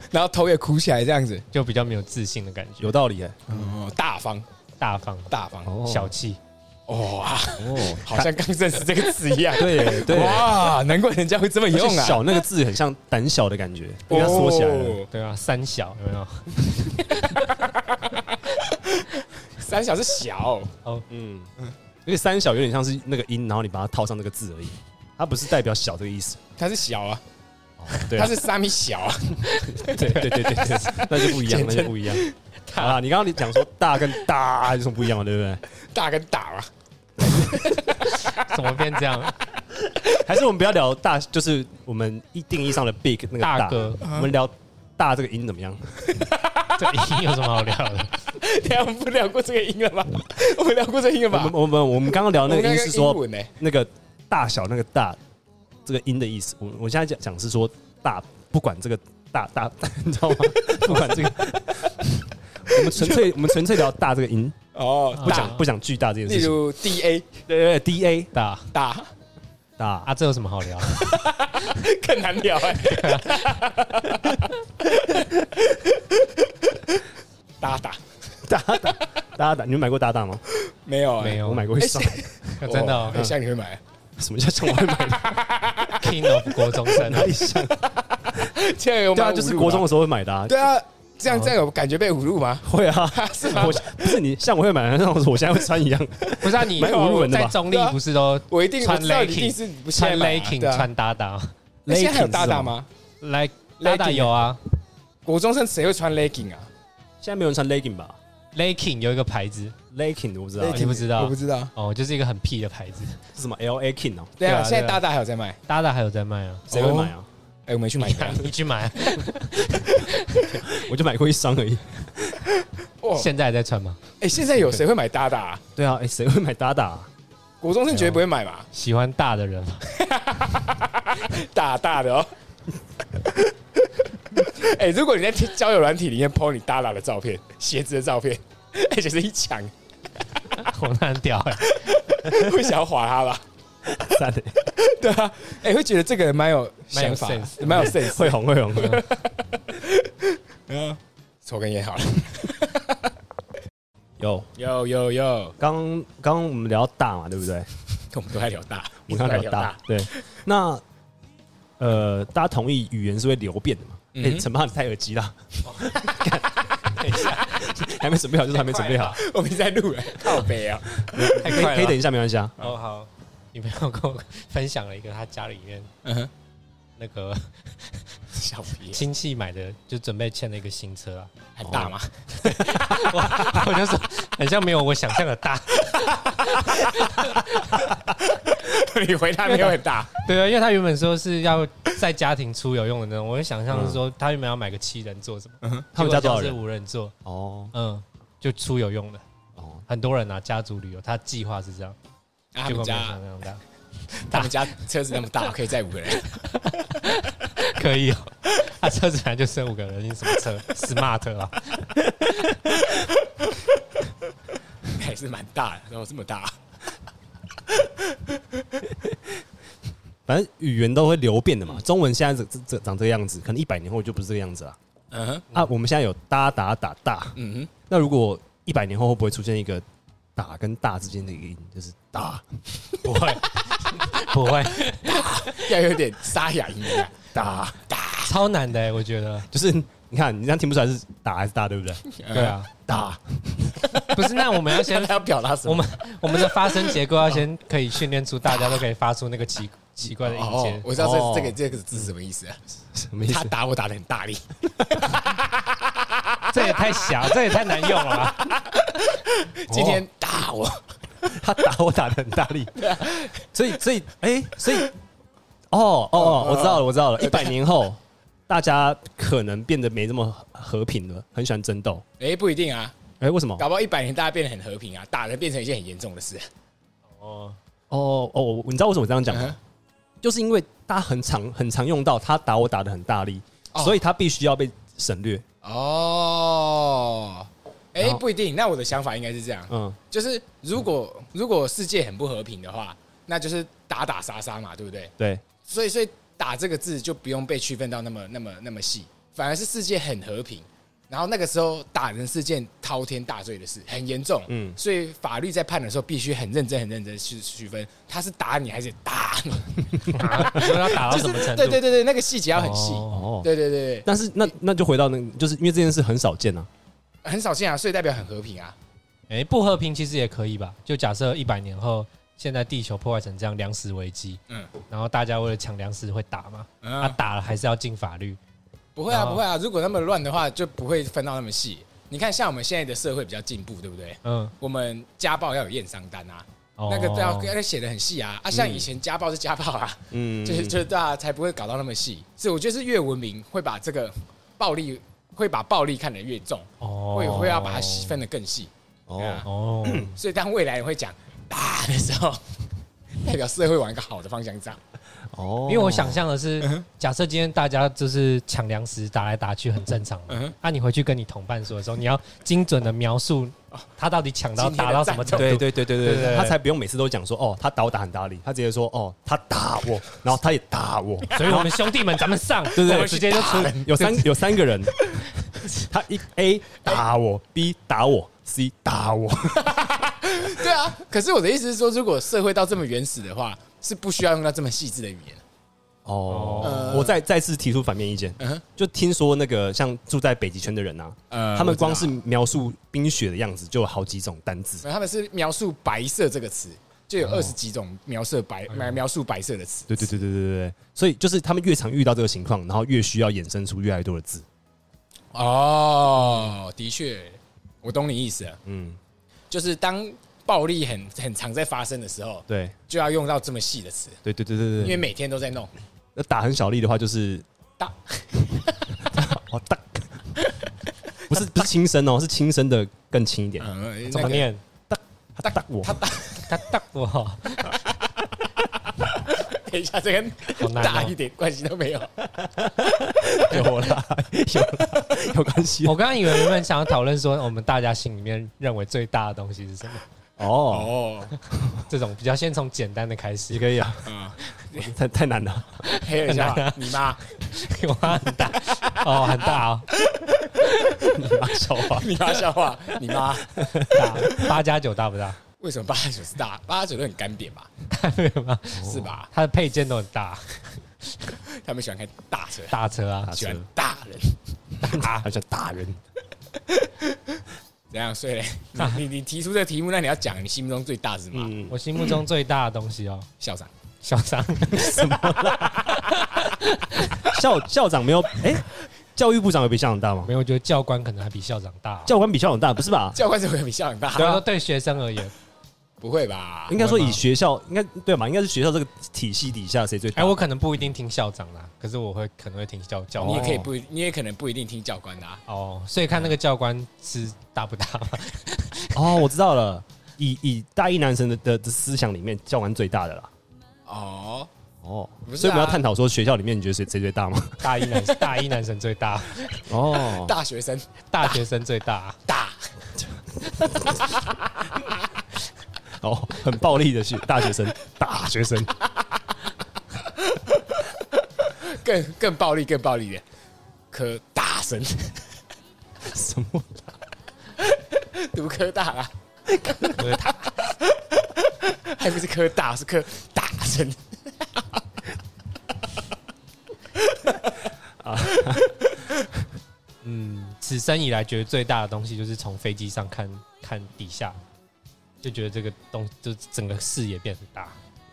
[SPEAKER 3] 然后头也哭起来，这样子。
[SPEAKER 2] 就比较没有自信的感觉，
[SPEAKER 1] 有道理哎。
[SPEAKER 3] 哦，大方，
[SPEAKER 2] 大方、
[SPEAKER 3] 大方，
[SPEAKER 1] 哦
[SPEAKER 2] 小气。
[SPEAKER 3] 哇，
[SPEAKER 1] 哦，
[SPEAKER 3] 好像刚认识这个词一样。
[SPEAKER 1] 对对。
[SPEAKER 3] 哇，难怪人家会这么
[SPEAKER 1] 而
[SPEAKER 3] 用
[SPEAKER 1] 且
[SPEAKER 3] 啊。
[SPEAKER 1] 小那个字很像胆小的感觉，因为它缩起来了。
[SPEAKER 3] 哦
[SPEAKER 2] 对啊，三小有没有？
[SPEAKER 3] 三小是小，
[SPEAKER 1] 嗯，因为三小有点像是那个音，然后你把它套上那个字而已，它不是代表小这个意思。
[SPEAKER 3] 它是小啊，
[SPEAKER 1] 对啊，
[SPEAKER 3] 它是三米小啊。
[SPEAKER 1] 对对对对 对，那就不一样，那就不一样。好啦，你刚刚你讲说大跟大有什么不一样嘛，对不对？
[SPEAKER 3] 大跟大啊嘛，
[SPEAKER 2] 怎么变这样？
[SPEAKER 1] 还是我们不要聊大，就是我们一定义上的 big 那个
[SPEAKER 2] 大哥嗯
[SPEAKER 1] 我们聊大这个音怎么样？
[SPEAKER 2] 这音有什么好聊的？
[SPEAKER 3] 等一下我们不聊过这个音了吗？我们聊过这个音了
[SPEAKER 1] 我
[SPEAKER 3] 吧
[SPEAKER 1] 们？我们我们刚刚聊那个音是说
[SPEAKER 3] 我们刚刚英文呢，
[SPEAKER 1] 那个大小那个大这个音的意思。我我现在讲讲是说大，不管这个大大， 你知道吗？不管这个，我们纯粹我们纯粹聊大这个音，
[SPEAKER 3] 哦，
[SPEAKER 1] 不
[SPEAKER 3] 大，
[SPEAKER 1] 讲不讲巨大这件
[SPEAKER 3] 例
[SPEAKER 1] 事情。
[SPEAKER 3] 如 D A
[SPEAKER 1] 对对对，D A
[SPEAKER 2] 大
[SPEAKER 3] 大
[SPEAKER 1] 大
[SPEAKER 2] 啊，这有什么好聊？
[SPEAKER 3] 更难聊哎， 大大
[SPEAKER 1] 大大大大，你们买过大大吗？
[SPEAKER 3] 没有哎
[SPEAKER 2] 没有
[SPEAKER 1] 我买过一双。
[SPEAKER 3] 哦
[SPEAKER 2] 真的哦哎
[SPEAKER 3] 哎像你会买，
[SPEAKER 1] 什么叫像我会 买？
[SPEAKER 2] ，King of 国中生哦
[SPEAKER 1] 哪里像？
[SPEAKER 2] 嗯
[SPEAKER 3] 这样有
[SPEAKER 1] 对啊，
[SPEAKER 3] 买
[SPEAKER 1] 就是
[SPEAKER 3] 侮辱吗
[SPEAKER 1] 国中的时候会买的啊。
[SPEAKER 3] 对啊，这
[SPEAKER 2] 哦
[SPEAKER 3] 样这样有感觉被侮辱吗？
[SPEAKER 1] 会啊，
[SPEAKER 3] 是吗
[SPEAKER 1] 我不是你像我会买的那种，我现在会穿一样。
[SPEAKER 2] 不是啊？你
[SPEAKER 1] 蛮有文文的吧
[SPEAKER 2] 在中立不是都
[SPEAKER 3] 我一定我
[SPEAKER 2] 穿
[SPEAKER 3] 知道你一定
[SPEAKER 2] legging
[SPEAKER 3] 是不是
[SPEAKER 2] 穿
[SPEAKER 3] 现在买啊
[SPEAKER 2] legging
[SPEAKER 3] 对啊
[SPEAKER 2] 穿搭搭
[SPEAKER 3] 哎现在还有
[SPEAKER 1] Leggings
[SPEAKER 3] 大大
[SPEAKER 1] 哦？
[SPEAKER 3] 吗？
[SPEAKER 2] 来搭搭
[SPEAKER 3] Legging
[SPEAKER 2] 有啊
[SPEAKER 3] 国中生谁会穿 legging 啊？
[SPEAKER 1] 现在没有人穿 legging 吧
[SPEAKER 2] ，legging 有一个牌子
[SPEAKER 1] ？legging 我不知道
[SPEAKER 3] Legging
[SPEAKER 2] 啊你不知道
[SPEAKER 3] 我不知道。
[SPEAKER 2] 哦，就是一个很屁的牌子，
[SPEAKER 1] 是什么 L A King 哦，
[SPEAKER 3] 对
[SPEAKER 2] 对
[SPEAKER 3] 啊，
[SPEAKER 2] 啊
[SPEAKER 3] 现在
[SPEAKER 2] 对啊
[SPEAKER 3] 大大还有在卖。
[SPEAKER 2] 搭搭还有在 卖啊，
[SPEAKER 1] 谁会买啊？
[SPEAKER 3] 哎，我没去买过。
[SPEAKER 2] 你去买啊，
[SPEAKER 1] 我就买过一双而已。
[SPEAKER 3] 哦，
[SPEAKER 2] 现在还在穿吗？
[SPEAKER 3] 哎，现在有谁会买大大啊？
[SPEAKER 1] 对啊，哎，谁会买达达啊？
[SPEAKER 3] 国中生绝对不会买嘛，
[SPEAKER 2] 喜欢大的 人，
[SPEAKER 3] 大大的哦。 哎、如果你在交友软体里面 PO 你大大的照片、鞋子的照片， 而且是一抢，
[SPEAKER 2] 我那很屌哎、
[SPEAKER 3] 会想要划 他吧？
[SPEAKER 1] 赞欸的，
[SPEAKER 3] 对啊，哎、会觉得这个人蛮有
[SPEAKER 2] 蛮有
[SPEAKER 3] 想法
[SPEAKER 2] sense，
[SPEAKER 3] 蛮有 sense。
[SPEAKER 1] 会红会红。
[SPEAKER 3] 嗯，抽根烟好了。
[SPEAKER 1] 有，
[SPEAKER 3] 有有有，
[SPEAKER 1] 刚刚刚我们聊大嘛，对不对？
[SPEAKER 3] 我们都在聊大，
[SPEAKER 1] 我们刚刚聊大，，对。那呃，大家同意语言是会流变的嘛？
[SPEAKER 3] 嗯
[SPEAKER 1] 哎、陈爸你太耳机啦！ 干等一下，还没准备好就是还没准备好，
[SPEAKER 3] 我们一直在录哎，靠北啊，
[SPEAKER 2] 太
[SPEAKER 1] 可以
[SPEAKER 2] 快
[SPEAKER 1] 可以等
[SPEAKER 2] 了。
[SPEAKER 1] 一下，没关系啊。
[SPEAKER 2] 哦好，女朋友跟我分享了一个她家里面
[SPEAKER 3] 嗯哼，
[SPEAKER 2] 那个
[SPEAKER 3] 小皮
[SPEAKER 2] 亲戚买的，就准备欠了一个新车啊。
[SPEAKER 3] 还大吗？
[SPEAKER 2] 我 就说很像没有我想象的大，
[SPEAKER 3] 你回答没有很 大，
[SPEAKER 2] 对啊，因为他原本说是要在家庭出游用的那种，我就想
[SPEAKER 3] 嗯
[SPEAKER 2] 象是说他原本要买个七人座什么，
[SPEAKER 1] 他们家
[SPEAKER 2] 结
[SPEAKER 1] 多少
[SPEAKER 2] 果像是
[SPEAKER 1] 人？
[SPEAKER 2] 五人座，
[SPEAKER 1] 哦
[SPEAKER 2] 嗯，就出游用的，
[SPEAKER 1] 哦，
[SPEAKER 2] 很多人啊，家族旅游，他计划是这样，
[SPEAKER 3] 啊他
[SPEAKER 2] 结
[SPEAKER 3] 们
[SPEAKER 2] 果没有
[SPEAKER 3] 家
[SPEAKER 2] 想象大，
[SPEAKER 3] 他们家车子那么大，可以载五个人，
[SPEAKER 2] 可以哦， 他车子本来就剩五个人，你什么车？Smart 啊，
[SPEAKER 3] 还是蛮大的，然后这么大，
[SPEAKER 1] 反正语言都会流变的嘛。中文现在这这这长这个样子，可能一百年后就不是这个样子了。
[SPEAKER 3] 嗯哼，
[SPEAKER 1] 啊，我们现在有搭打打大，
[SPEAKER 3] 嗯哼，
[SPEAKER 1] 那如果一百年后会不会出现一个打跟大之间的一个音，就是打
[SPEAKER 3] 啊
[SPEAKER 2] 不会，不会，
[SPEAKER 3] 要有点沙哑音啊，大大
[SPEAKER 2] 超难的欸，我觉得，
[SPEAKER 1] 就是你看，你这样听不出来是打还是大，对不对？
[SPEAKER 3] 嗯
[SPEAKER 2] 对，啊，
[SPEAKER 3] 大，
[SPEAKER 2] 不是，那我们要
[SPEAKER 3] 现
[SPEAKER 2] 先
[SPEAKER 3] 在要表达什
[SPEAKER 2] 我
[SPEAKER 3] 么？
[SPEAKER 2] 们我们的发声结构要先可以训练出大家都可以发出那个奇奇怪的音
[SPEAKER 3] 哦
[SPEAKER 2] 阶，，
[SPEAKER 3] 我知道
[SPEAKER 1] 哦
[SPEAKER 3] 这这个这个字是什么意思啊，
[SPEAKER 1] 什么意思
[SPEAKER 3] 他？打我打的很大力，哦
[SPEAKER 2] 这也太小，这也太难用了 吧。
[SPEAKER 1] 哦
[SPEAKER 3] 今天打我，
[SPEAKER 1] 他打我打的很大力，
[SPEAKER 3] 啊
[SPEAKER 1] 所以所以哎、所以哦哦
[SPEAKER 3] 嗯
[SPEAKER 1] 哦，我知道了，我知道了，一百年后。大家可能变得没这么和平了，很喜欢争斗。
[SPEAKER 3] 哎，不一定啊，
[SPEAKER 1] 哎、为什么？
[SPEAKER 3] 搞不好一百年大家变得很和平啊，打人变成一件很严重的事，
[SPEAKER 2] 哦，
[SPEAKER 1] 哦哦，我你知道为什么我这样讲
[SPEAKER 3] 嗯
[SPEAKER 1] 吗？
[SPEAKER 3] 哼
[SPEAKER 1] 就是因为大家很常很常用到，他打我打的很大力，
[SPEAKER 3] 哦
[SPEAKER 1] 所以他必须要被省略。
[SPEAKER 3] 哦，哎
[SPEAKER 1] 然，后
[SPEAKER 3] 不一定，那我的想法应该是这样，
[SPEAKER 1] 嗯，
[SPEAKER 3] 就是如果如果世界很不和平的话，那就是打打杀杀嘛，对不对？
[SPEAKER 1] 对，
[SPEAKER 3] 所以所以打这个字就不用被区分到那么那么那么细，反而是世界很和平。然后那个时候打人是件滔天大罪的事，很严重。嗯
[SPEAKER 1] 嗯，
[SPEAKER 3] 所以法律在判的时候必须很认真、很认真地去区分，他是打你还是打你，
[SPEAKER 2] 你说要打到什么程度？
[SPEAKER 3] 对对对对，那个细节要很细。
[SPEAKER 1] 哦，
[SPEAKER 3] 对对对对，
[SPEAKER 1] 但是那那就回到那个，就是因为这件事很少见啊。
[SPEAKER 3] 很少见啊，所以代表很和平啊。
[SPEAKER 2] 哎、不和平其实也可以吧？就假设一百年后，现在地球破坏成这样，粮食危机，
[SPEAKER 3] 嗯
[SPEAKER 2] 嗯，然后大家为了抢粮食会打嘛？啊，
[SPEAKER 3] 啊，
[SPEAKER 2] 打了还是要进法律，
[SPEAKER 3] 不会啊，
[SPEAKER 2] 然后
[SPEAKER 3] 不会啊，如果那么乱的话，就不会分到那么细。你看，像我们现在的社会比较进步，对不对？
[SPEAKER 2] 嗯，
[SPEAKER 3] 我们家暴要有验伤单啊，
[SPEAKER 2] 哦
[SPEAKER 3] 那个都要要写的很细啊。啊，像以前家暴是家暴啊，
[SPEAKER 1] 嗯，
[SPEAKER 3] 就是就是大家才不会搞到那么细。所以我觉得是越文明会把这个暴力会把暴力看得越重，
[SPEAKER 2] 哦
[SPEAKER 3] 会会要把它细分得更细。对
[SPEAKER 1] 哦
[SPEAKER 3] 啊，
[SPEAKER 2] 哦，
[SPEAKER 3] 所以当未来人会讲打的时候，代表社会往一个好的方向长。
[SPEAKER 1] 哦
[SPEAKER 2] 因为我想象的
[SPEAKER 3] 嗯
[SPEAKER 2] 是，假设今天大家就是抢粮食打来打去很正常嘛
[SPEAKER 3] 嗯哼，
[SPEAKER 2] 那、你回去跟你同伴说的时候，你要精准的描述他到底抢到
[SPEAKER 3] 哦今天的
[SPEAKER 2] 打到什么
[SPEAKER 3] 战
[SPEAKER 2] 程
[SPEAKER 1] 对
[SPEAKER 2] 度。
[SPEAKER 1] 对对对对
[SPEAKER 2] 对对对
[SPEAKER 1] 他才不用每次都讲说哦，他打我打很大力，他直接说哦，他打我，然后他也打 我，
[SPEAKER 2] 所以我们兄弟们，咱们上，
[SPEAKER 1] 对对
[SPEAKER 2] 我们直接就出，
[SPEAKER 1] 有三有三个人，他一 A 打我，B 打我，C 打我，
[SPEAKER 3] 对啊，可是我的意思是说，如果社会到这么原始的话，是不需要用到这么细致的语言。
[SPEAKER 1] 哦
[SPEAKER 3] 呃，
[SPEAKER 1] 我再再次提出反面意见
[SPEAKER 3] 嗯哼，
[SPEAKER 1] 就听说那个像住在北极圈的人啊，
[SPEAKER 3] 呃
[SPEAKER 1] 他们
[SPEAKER 3] 我知道
[SPEAKER 1] 光是描述冰雪的样子就有好几种单字，
[SPEAKER 3] 没有他们是描述白色这个词，就有二十几种描述白、
[SPEAKER 1] 哎
[SPEAKER 3] 描描述白色的词。
[SPEAKER 1] 对对对对对对对，所以就是他们越常遇到这个情况，然后越需要衍生出越来越多的字。
[SPEAKER 3] 哦，的确，我懂你意思了。
[SPEAKER 1] 嗯，
[SPEAKER 3] 就是当暴力很很常在发生的时候，
[SPEAKER 1] 对
[SPEAKER 3] 就要用到这么细的词，
[SPEAKER 1] 对对对对
[SPEAKER 3] 因为
[SPEAKER 1] 对。
[SPEAKER 3] 每天都在弄。
[SPEAKER 1] 那打很小力的话，就是
[SPEAKER 3] 打，
[SPEAKER 1] 哦 打，不是不是轻声哦，是轻声的更轻一点。
[SPEAKER 3] 嗯，
[SPEAKER 2] 怎么
[SPEAKER 3] 那个
[SPEAKER 2] 念？
[SPEAKER 1] 他打我，
[SPEAKER 3] 他打，
[SPEAKER 2] 他打我，好
[SPEAKER 3] 等一下，这跟
[SPEAKER 2] 难
[SPEAKER 3] 大
[SPEAKER 2] 哦
[SPEAKER 3] 一点关系都没有。
[SPEAKER 1] 有啦，有 啦，有关系
[SPEAKER 3] 哦
[SPEAKER 2] 我刚刚以为原本想要讨论说，我们大家心里面认为最大的东西是什么？
[SPEAKER 1] 哦。
[SPEAKER 3] 哦，
[SPEAKER 2] 这种比较先从简单的开
[SPEAKER 1] 也
[SPEAKER 2] 始，
[SPEAKER 1] 可以啊，
[SPEAKER 3] 嗯，
[SPEAKER 1] 太太难了。
[SPEAKER 3] 黑人笑话，你
[SPEAKER 2] 啊
[SPEAKER 3] 妈，
[SPEAKER 2] 我妈很 大哦，很大哦，
[SPEAKER 1] 你妈笑 话，
[SPEAKER 3] 你妈笑话，你妈，
[SPEAKER 2] 大啊八加九大不大？
[SPEAKER 3] 为什么八加九是大？八加九都很干扁吧？
[SPEAKER 2] 没有吗？
[SPEAKER 3] 是吧？
[SPEAKER 2] 它的配件都很大，
[SPEAKER 3] 他们喜欢开大车，
[SPEAKER 2] 大车啊，
[SPEAKER 3] 喜欢大人，
[SPEAKER 1] 还叫打人，
[SPEAKER 3] 怎样？所以 嘞，你你你提出这个题目，那你要讲你心目中最大是什么？
[SPEAKER 1] 嗯，
[SPEAKER 2] 我心目中最大的东西哦，
[SPEAKER 3] 校长，
[SPEAKER 2] 小张，
[SPEAKER 1] 校校长没有，哎，教育部长有比校长大吗？
[SPEAKER 2] 没有，我觉得教官可能还比校长大哦、
[SPEAKER 1] 教官比校长大，不是吧？
[SPEAKER 3] 教官怎么会比校长大？
[SPEAKER 2] 对啊，对学生而言，
[SPEAKER 3] 不会吧
[SPEAKER 1] 应？该说以学校，应该对嘛？应该是学校这个体系底下谁最
[SPEAKER 2] 哎，
[SPEAKER 1] 大？
[SPEAKER 2] 我可能不一定听校长啦，可是我会可能会听教教
[SPEAKER 3] 哦你也
[SPEAKER 2] 官。
[SPEAKER 3] 可以不，你也可能不一定听教官的啊。
[SPEAKER 2] 哦，所以看那个教官是大不大嘛？
[SPEAKER 1] 哦，我知道了。以以大一男生的的的思想里面，教官最大的啦。
[SPEAKER 3] 哦，
[SPEAKER 1] 哦，
[SPEAKER 3] 不是啊
[SPEAKER 1] 所以我们要探讨说学校里面你觉得谁谁最大吗？
[SPEAKER 2] 大一男大一男生最大，
[SPEAKER 1] 哦，
[SPEAKER 3] 大学生
[SPEAKER 2] 大学生最大，
[SPEAKER 3] 大，
[SPEAKER 1] 哦，很暴力的学大学生，大学生
[SPEAKER 3] 更更暴力，更暴力一点，科大神，
[SPEAKER 1] 什么？
[SPEAKER 3] 读科大啊，
[SPEAKER 2] 不是他
[SPEAKER 3] 还不是科大，是科大神。
[SPEAKER 2] 嗯，此生以来觉得最大的东西就是从飞机上看看底下，就觉得这个东就整个视野变很大，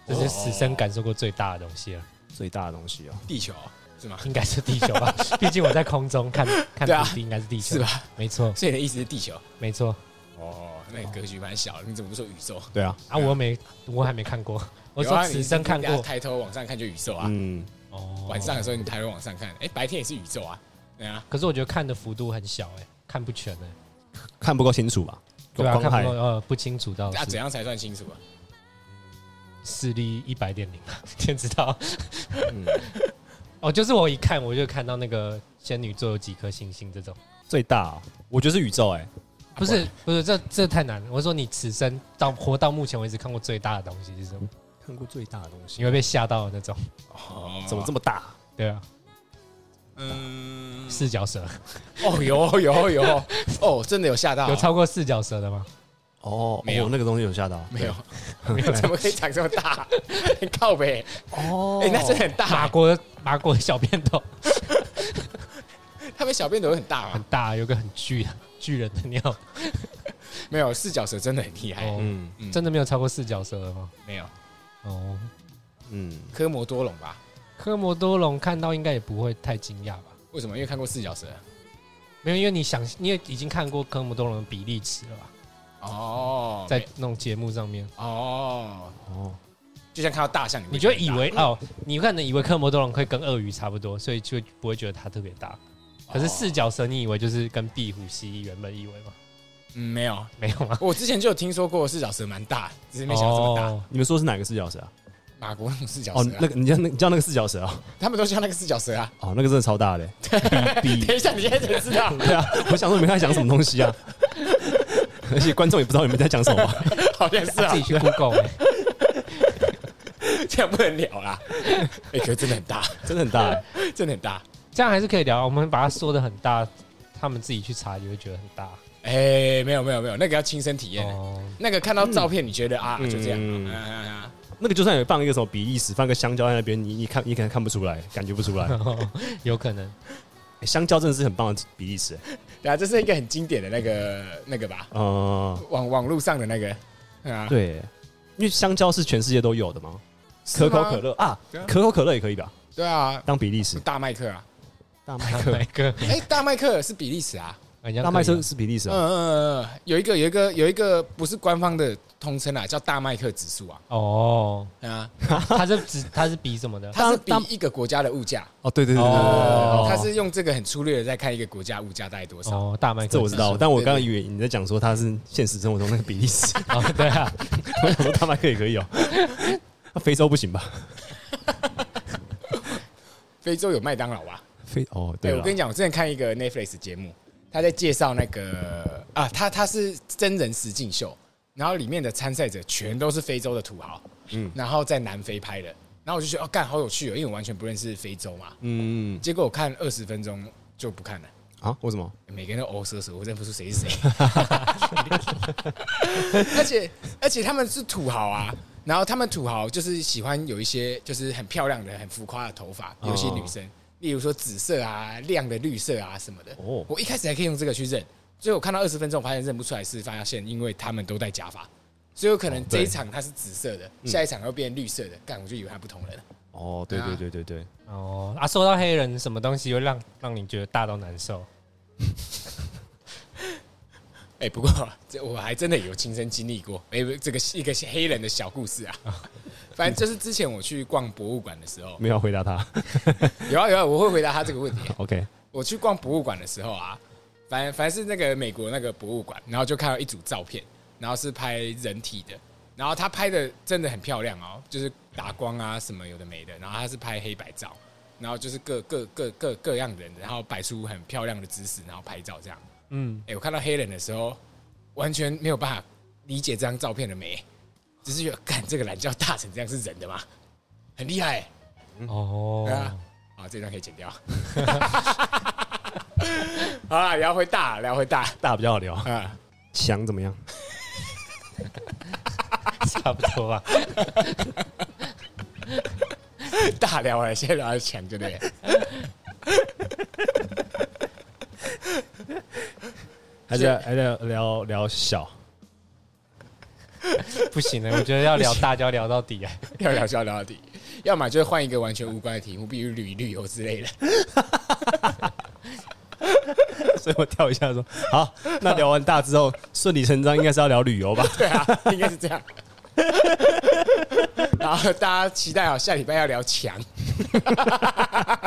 [SPEAKER 2] 这是此生感受过最大的东西
[SPEAKER 3] 哦
[SPEAKER 2] 了，
[SPEAKER 1] 最大的东西哦，
[SPEAKER 3] 地球是吗？
[SPEAKER 2] 应该是地球 吧？毕竟我在空中看看
[SPEAKER 3] 对啊
[SPEAKER 2] 土地，应该是地球
[SPEAKER 3] 是？吧？
[SPEAKER 2] 没错，
[SPEAKER 3] 所以你的意思是地球？
[SPEAKER 2] 没错
[SPEAKER 3] 哦，那你格局蛮小的，你怎么不说宇宙？
[SPEAKER 1] 对啊，
[SPEAKER 2] 啊，我又没我还没看过，我
[SPEAKER 3] 有
[SPEAKER 2] 说
[SPEAKER 3] 啊
[SPEAKER 2] 此生看
[SPEAKER 3] 你是
[SPEAKER 2] 过
[SPEAKER 3] 抬头往上看就宇宙啊，
[SPEAKER 1] 嗯，
[SPEAKER 2] 哦
[SPEAKER 3] 晚上的时候你抬头往上看，哎，白天也是宇宙啊，对啊，
[SPEAKER 2] 可是我觉得看的幅度很小、哎，看不全哎、
[SPEAKER 1] 看不够清楚吧？
[SPEAKER 2] 对啊，
[SPEAKER 1] 光
[SPEAKER 2] 看
[SPEAKER 1] 害
[SPEAKER 2] 不够呃不清楚到
[SPEAKER 3] 那怎
[SPEAKER 2] 是
[SPEAKER 3] 样才算清楚啊？
[SPEAKER 2] 视力一百点零，啊 天知道。
[SPEAKER 1] 嗯
[SPEAKER 2] 哦，就是我一看我就看到那个仙女座有几颗星星这种，
[SPEAKER 1] 最大哦，我觉得是宇宙哎，
[SPEAKER 2] 不是不是这这太难了。我说你此生到活到目前为止看过最大的东西是
[SPEAKER 3] 嗯
[SPEAKER 2] 什么？
[SPEAKER 1] 看过最大的东西
[SPEAKER 2] 你会被吓到的那种。
[SPEAKER 3] 哦
[SPEAKER 1] 怎么这么大？
[SPEAKER 2] 对啊，
[SPEAKER 3] 嗯
[SPEAKER 2] 四脚蛇
[SPEAKER 3] 哦，有有有，哦，真的有吓到啊，
[SPEAKER 2] 有超过四脚蛇的吗？
[SPEAKER 1] 哦，
[SPEAKER 3] 没有
[SPEAKER 1] 哦那个东西有吓到，
[SPEAKER 3] 没有？
[SPEAKER 2] 没有
[SPEAKER 3] 怎么可以长这 么大？很靠北，
[SPEAKER 1] 哦
[SPEAKER 3] 哎，那真的很
[SPEAKER 2] 马
[SPEAKER 3] 大，
[SPEAKER 2] 国马国的小便斗
[SPEAKER 3] 他们小便斗很大
[SPEAKER 2] 很
[SPEAKER 3] 嘛？
[SPEAKER 2] 大，有个很巨的巨人的尿，
[SPEAKER 3] 没有，四脚蛇真的很厉害，
[SPEAKER 2] 哦
[SPEAKER 1] 嗯
[SPEAKER 3] 嗯
[SPEAKER 2] 真的没有超过四脚蛇的吗？
[SPEAKER 3] 没有
[SPEAKER 2] 哦，
[SPEAKER 1] 嗯，
[SPEAKER 3] 科摩多龙吧？
[SPEAKER 2] 科摩多龙看到应该也不会太惊讶吧？
[SPEAKER 3] 为什么？因为看过四脚蛇
[SPEAKER 2] 没有，因为你想，你也已经看过科摩多龙的比例尺了吧？
[SPEAKER 3] 哦，
[SPEAKER 2] 在
[SPEAKER 3] 没
[SPEAKER 2] 那种节目上面，
[SPEAKER 3] 哦，
[SPEAKER 1] 哦，
[SPEAKER 3] 就像看到大象，
[SPEAKER 2] 你就会
[SPEAKER 3] 觉得
[SPEAKER 2] 以
[SPEAKER 3] 很大
[SPEAKER 2] 为哦，你可能以为科摩多龙会跟鳄鱼差不多，所以就不会觉得它特别大。可是四脚蛇，你以为就是跟壁虎、蜥蜴原本以为吗？
[SPEAKER 3] 嗯没有，
[SPEAKER 2] 没有吗？
[SPEAKER 3] 我之前就有听说过四脚蛇蛮大，只是没想到这么大。
[SPEAKER 2] 哦
[SPEAKER 1] 你们说是哪个四角蛇啊？
[SPEAKER 3] 马国那种四脚
[SPEAKER 1] 哦
[SPEAKER 3] 蛇啊、，
[SPEAKER 1] 那个你叫那你叫那个四角蛇啊？
[SPEAKER 3] 他们都像那个四脚蛇啊。
[SPEAKER 1] 哦，那个真的超大的，比比
[SPEAKER 3] 等一下，你现在才知 道，
[SPEAKER 1] 对啊，我想说你们在讲什么东西啊？ 而且观众也不知道你们在讲什么啊、
[SPEAKER 3] 好像是啊
[SPEAKER 2] 自己，去 Google 欸
[SPEAKER 3] 这样不能聊啦。哎、可是真的很大，
[SPEAKER 1] 真的很大、欸。
[SPEAKER 3] 真的很大。
[SPEAKER 2] 这样还是可以聊。我们把它说的很大，他们自己去查也会觉得很大。
[SPEAKER 3] 哎、没有没有没有，那个要亲身体验、
[SPEAKER 2] 哦，
[SPEAKER 3] 那个看到照片，你觉得、啊，
[SPEAKER 1] 嗯
[SPEAKER 3] 就这样。
[SPEAKER 1] 嗯
[SPEAKER 3] 啊啊啊
[SPEAKER 1] 那个就算有放一个什么比利时，放个香蕉在那边，你你看你可能看不出来，感觉不出来。
[SPEAKER 2] 有可 能。
[SPEAKER 1] 欸香蕉真的是很棒的比利时、欸，
[SPEAKER 3] 对啊，这是一个很经典的那个那个吧，
[SPEAKER 1] 呃，
[SPEAKER 3] 网网络上的那个啊，
[SPEAKER 1] 对，因为香蕉是全世界都有的嘛。
[SPEAKER 3] 是
[SPEAKER 1] 可
[SPEAKER 3] 吗
[SPEAKER 1] 口可乐啊
[SPEAKER 3] 对啊，
[SPEAKER 1] 可口可乐也可以吧？
[SPEAKER 3] 对啊，
[SPEAKER 1] 当比利时
[SPEAKER 3] 大麦克啊，
[SPEAKER 1] 大麦
[SPEAKER 2] 大
[SPEAKER 1] 克，
[SPEAKER 2] 麦哥，
[SPEAKER 3] 哎、大麦克是比利时啊，
[SPEAKER 2] 好像可以
[SPEAKER 1] 大麦克是比利时
[SPEAKER 3] 嗯
[SPEAKER 1] 啊。
[SPEAKER 3] 嗯嗯嗯，有一个有一个有一个不是官方的通称啊，叫大麦克指数啊，
[SPEAKER 2] 哦，
[SPEAKER 3] 啊，
[SPEAKER 2] 他是指他是比什么的？
[SPEAKER 3] 它是比
[SPEAKER 1] 当
[SPEAKER 3] 一个国家的物价，
[SPEAKER 1] 哦，对对对对对
[SPEAKER 2] 哦
[SPEAKER 1] 对
[SPEAKER 3] 它是用这个很粗略的在看一个国家物价大概多少。
[SPEAKER 2] 哦，大麦克指数，
[SPEAKER 1] 这我知道，但我刚刚以为你在讲说他是现实生活中那个比利时，
[SPEAKER 2] 哦，对 啊，
[SPEAKER 1] 我想说大麦克也可以哦，那非洲不行吧？
[SPEAKER 3] 非洲有麦当劳啊吧？
[SPEAKER 1] 非哦，对
[SPEAKER 3] 对，哎我
[SPEAKER 1] 了
[SPEAKER 3] 跟，你讲，我之前看一个 Netflix 节目，他在介绍那个啊，他他是真人实境秀，然后里面的参赛者全都是非洲的土豪，嗯，然后在南非拍的，然后我就觉得哦，干好有趣哦，因为我完全不认识非洲嘛，
[SPEAKER 1] 嗯
[SPEAKER 3] 结果我看二十分钟就不看了。
[SPEAKER 1] 啊，为什么？
[SPEAKER 3] 每个人都哦舌舌，我认不出谁是谁。 而且而且他们是土豪啊，然后他们土豪就是喜欢有一些就是很漂亮的、很浮夸的头发，有些女生，例如说紫色啊、亮的绿色啊什么的。
[SPEAKER 1] 哦
[SPEAKER 3] 我一开始还可以用这个去认，所以我看到二十分钟，我发现认不出来是发现，因为他们都戴假发，所以有可能
[SPEAKER 1] 哦
[SPEAKER 3] 这
[SPEAKER 1] 对
[SPEAKER 3] 一场它是紫色的，下一场又变绿色的，干我就以为它不同人了。
[SPEAKER 1] 哦，对对对对对，
[SPEAKER 2] 哦啊，说到黑人，什么东西会让让你觉得大到难受？
[SPEAKER 3] 哎、不过这我还真的有亲身经历过，哎、不这个是一个黑人的小故事啊。反正就是之前我去逛博物馆的时候，
[SPEAKER 1] 没有回答他。
[SPEAKER 3] 有啊有啊，我会回答他这个问题。
[SPEAKER 1] OK，
[SPEAKER 3] 我去逛博物馆的时候啊，反正反正是那个美国那个博物馆，然后就看到一组照片，然后是拍人体的，然后他拍的真的很漂亮哦，就是打光啊什么有的没的，然后他是拍黑白照，然后就是各各各各各样的人，然后摆出很漂亮的姿势，然后拍照这样。
[SPEAKER 2] 嗯，
[SPEAKER 3] 哎、我看到黑人的时候，完全没有办法理解这张照片的美，只是觉得，看这个懒觉大成这样是人的吗？很厉害、
[SPEAKER 2] 哦
[SPEAKER 3] 对，啊，啊，这段可以剪掉。 好啦，聊回大，聊回大
[SPEAKER 1] 大比较好聊，
[SPEAKER 3] 啊，
[SPEAKER 1] 强怎么样？
[SPEAKER 2] 差不多吧。
[SPEAKER 3] 大聊完，先聊强，对不对？
[SPEAKER 1] 还是要还是要聊聊小？
[SPEAKER 2] 不行了，我觉得要 聊大就要聊到底啊。
[SPEAKER 3] 要聊就要聊到底，要么就是换一个完全无关的题目，比如旅旅游之类的。
[SPEAKER 1] 所以我跳一下说，好，那聊完大之后，顺理成章应该是要聊旅游吧？
[SPEAKER 3] 对啊，应该是这样。 然后大家期待好下礼拜要聊强，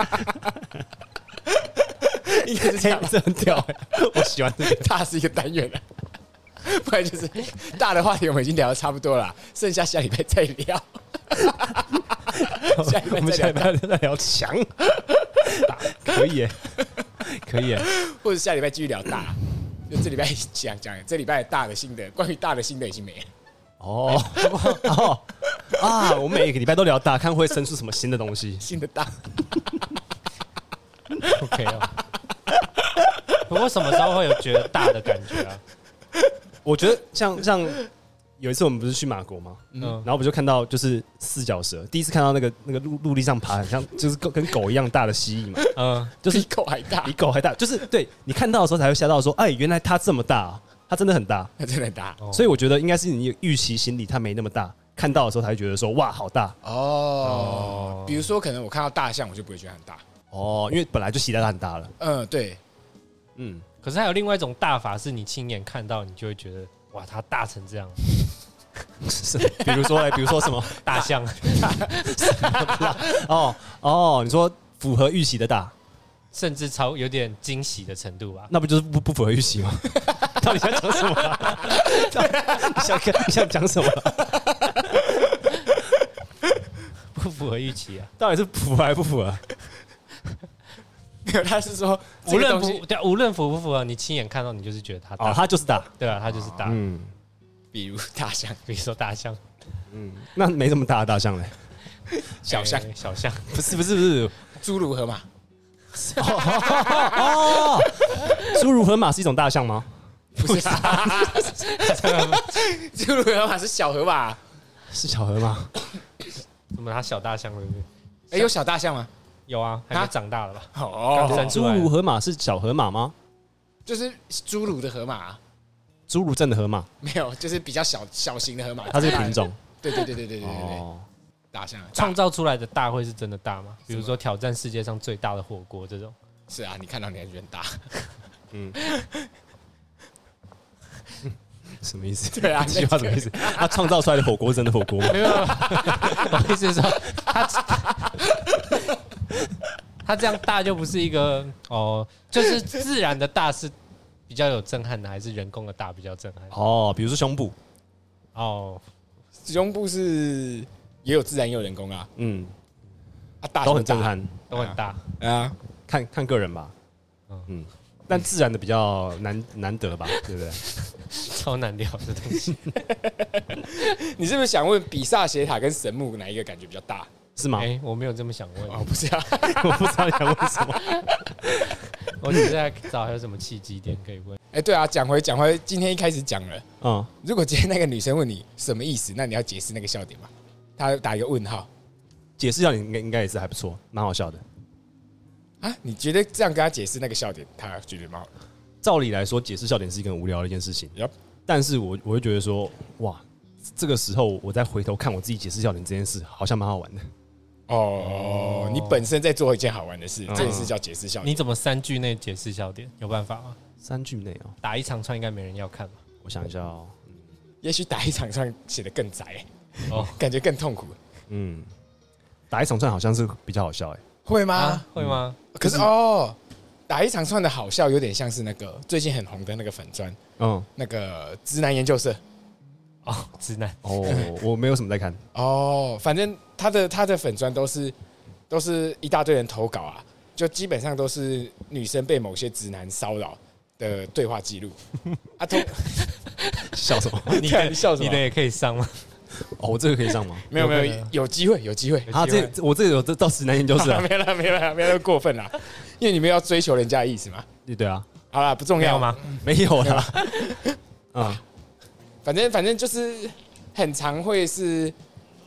[SPEAKER 3] 应该是这样吧。
[SPEAKER 1] 这很屌、欸，我喜欢这个。
[SPEAKER 3] 大是一个单元了， 不然就是大的话题我们已经聊的差不多了，剩下下礼拜再聊。下礼拜
[SPEAKER 1] 我们下
[SPEAKER 3] 再
[SPEAKER 1] 礼
[SPEAKER 3] 聊，
[SPEAKER 1] 拜再聊强， 可以、欸，可以、欸，
[SPEAKER 3] 或者下礼拜继续聊大。就这礼拜讲讲这礼拜大的心得，关于大的心得已经没了。
[SPEAKER 1] 哦哦啊！我每个礼拜都聊大，看会生出什么新的东西。
[SPEAKER 3] 新的大，
[SPEAKER 2] OK 哦。不过什么时候会有觉得大的感觉啊？
[SPEAKER 1] 我觉得像像有一次我们不是去马国吗？
[SPEAKER 2] 嗯
[SPEAKER 1] 然，后我就看到就是四脚蛇，第一次看到那个那个陆陆地上爬，很像就是跟跟狗一样大的蜥蜴嘛，
[SPEAKER 2] 嗯，
[SPEAKER 1] 就是
[SPEAKER 3] 比狗还大
[SPEAKER 1] 比，狗还大，就是对你看到的时候才会吓到说，哎，原来它这么大、啊，它真的很大。
[SPEAKER 3] 它真的大
[SPEAKER 2] 哦
[SPEAKER 1] 所以我觉得应该是你有预期心理，它没那么大，看到的时候才会觉得说哇好大
[SPEAKER 3] 哦。比如说，可能我看到大象，我就不会觉得很大。
[SPEAKER 1] 哦，因为本来就期待它很 大了。
[SPEAKER 3] 嗯，对，
[SPEAKER 1] 嗯，
[SPEAKER 2] 可是还有另外一种大法，是你亲眼看到，你就会觉得哇，它大成这样，
[SPEAKER 1] 是，比如说哎，比如说什么
[SPEAKER 2] 大 象。
[SPEAKER 1] 哦哦，你说符合预期的大，
[SPEAKER 2] 甚至超有点惊喜的程度吧。啊
[SPEAKER 1] 那不就是不不符合预期吗？ 到底想讲什么 啊、到底你想你想讲什么啊、
[SPEAKER 2] 不符合预期啊。
[SPEAKER 1] 到底是符合还是不符合？
[SPEAKER 3] 没有，他是说
[SPEAKER 2] 无
[SPEAKER 3] 这个
[SPEAKER 2] 论
[SPEAKER 3] 东
[SPEAKER 2] 不
[SPEAKER 3] 西，
[SPEAKER 2] 对啊，无论符不符合，你亲眼看到，你就是觉得它
[SPEAKER 1] 哦，
[SPEAKER 2] 大，
[SPEAKER 1] 它就是大。
[SPEAKER 2] 对啊，它就是大。
[SPEAKER 1] 嗯
[SPEAKER 3] 比如大象、
[SPEAKER 2] 比如说大象、
[SPEAKER 1] 嗯，那没这么大的大象嘞。
[SPEAKER 3] 小象、
[SPEAKER 2] 哎小象，
[SPEAKER 1] 不是不是不是。
[SPEAKER 3] 侏儒河马，
[SPEAKER 1] 哦，侏儒河马是一种大象吗？
[SPEAKER 3] 不是啊，侏儒河马是小河马。
[SPEAKER 1] 是小河马。
[SPEAKER 2] 怎么它小大象对不对？
[SPEAKER 3] 哎，有小大象吗？
[SPEAKER 2] 有啊，还没
[SPEAKER 3] 啊
[SPEAKER 2] 长大了吧？刚
[SPEAKER 3] 哦
[SPEAKER 2] 生，出
[SPEAKER 1] 侏
[SPEAKER 2] 来
[SPEAKER 1] 儒河马是小河马吗？
[SPEAKER 3] 就是侏儒的河马啊，
[SPEAKER 1] 侏儒症的河马，
[SPEAKER 3] 没有，就是比较小小型的河马。
[SPEAKER 1] 它是个品种。
[SPEAKER 3] 对对对对 对对对对，
[SPEAKER 1] 哦，
[SPEAKER 3] 大象啊
[SPEAKER 2] 创
[SPEAKER 3] 大
[SPEAKER 2] 造出来的大会是真的大吗？比如说挑战世界上最大的火锅这种，
[SPEAKER 3] 是啊，你看到你还觉得很大，
[SPEAKER 1] 嗯，什么意思？
[SPEAKER 3] 对 啊
[SPEAKER 1] 这句话什么意思？他创造出来的火锅是真的火 锅吗？
[SPEAKER 2] 没有，没有我意思是说，他他这样大就不是一个哦，就是自然的大是比较有震撼的，还是人工的大比较震撼？
[SPEAKER 1] 哦，比如说胸部，
[SPEAKER 2] 哦，
[SPEAKER 3] 胸部是也有自然也有人工啊，
[SPEAKER 1] 嗯，
[SPEAKER 3] 啊大
[SPEAKER 1] 都很
[SPEAKER 3] 就
[SPEAKER 1] 震
[SPEAKER 3] 大
[SPEAKER 1] 撼，
[SPEAKER 2] 都很大，
[SPEAKER 3] 啊，
[SPEAKER 1] 看看个人吧
[SPEAKER 2] 嗯。
[SPEAKER 1] 嗯，但自然的比较难难得 吧，对不对？
[SPEAKER 2] 超难聊的东西。
[SPEAKER 3] 你是不是想问比萨斜塔跟神木哪一个感觉比较大？
[SPEAKER 1] 是吗？
[SPEAKER 2] 哎，我没有这么想
[SPEAKER 3] 哦，
[SPEAKER 2] 问，
[SPEAKER 3] 不是啊，
[SPEAKER 1] 我不知道你想问什
[SPEAKER 3] 嗯
[SPEAKER 1] 么。
[SPEAKER 2] 我只是在找还有什么契机点可以问。
[SPEAKER 3] 哎、对啊，讲回讲回，今天一开始讲了，
[SPEAKER 1] 嗯，
[SPEAKER 3] 如果今天那个女生问你什么意思，那你要解释那个笑点吧，她打一个问号
[SPEAKER 1] 解释一下，你应该应该也是还不错，蛮好笑的。
[SPEAKER 3] 啊，你觉得这样跟她解释那个笑点，她觉得蛮好。
[SPEAKER 1] 照理来说，解释笑点是一个很无聊的一件事情。
[SPEAKER 3] Yup
[SPEAKER 1] 但是我我会觉得说，哇，这个时候我再回头看我自己解释笑点这件事，好像蛮好玩的。
[SPEAKER 3] 哦
[SPEAKER 2] 哦，
[SPEAKER 3] 你本身在做一件好玩的事，
[SPEAKER 1] 嗯
[SPEAKER 3] 这也是叫解释笑
[SPEAKER 2] 你
[SPEAKER 3] 点。
[SPEAKER 2] 怎么三句内解释笑点？有办法吗？
[SPEAKER 1] 三句内哦，
[SPEAKER 2] 打一场串应该没人要看吧？
[SPEAKER 1] 我想一下哦，
[SPEAKER 3] 也许打一场上写的更窄、
[SPEAKER 2] 哦，
[SPEAKER 3] 感觉更痛苦，
[SPEAKER 1] 嗯，打一场算好像是比较好笑哎、
[SPEAKER 3] 会吗？
[SPEAKER 2] 啊，会吗？
[SPEAKER 3] 可是哦，打一场算的好笑，有点像是那个最近很红的那个粉砖，
[SPEAKER 1] 嗯，
[SPEAKER 3] 那个直男研究社。
[SPEAKER 2] 哦，直男，
[SPEAKER 1] 哦，我没有什么在看，
[SPEAKER 3] 哦，反正他的他的粉砖都是都是一大堆人投稿啊，就基本上都是女生被某些直男骚扰的对话记录啊。投
[SPEAKER 1] 笑什么？
[SPEAKER 2] 你
[SPEAKER 3] 看
[SPEAKER 2] 的
[SPEAKER 3] 你笑什么
[SPEAKER 2] 你的也可以上吗？
[SPEAKER 1] 哦，我这个可以上吗？
[SPEAKER 3] 没有没
[SPEAKER 2] 有可
[SPEAKER 3] 有
[SPEAKER 2] 能
[SPEAKER 3] 有机会有机会，，
[SPEAKER 1] 啊，这这我这个有这到直男研究室啊
[SPEAKER 3] 没了没了没了，过分了，因为你们要追求人家的意思嘛。
[SPEAKER 1] 对啊，
[SPEAKER 3] 好啦，不重
[SPEAKER 2] 没
[SPEAKER 3] 要
[SPEAKER 2] 有吗？？
[SPEAKER 1] 没有啦，啊，
[SPEAKER 3] 反正反正就是很常会是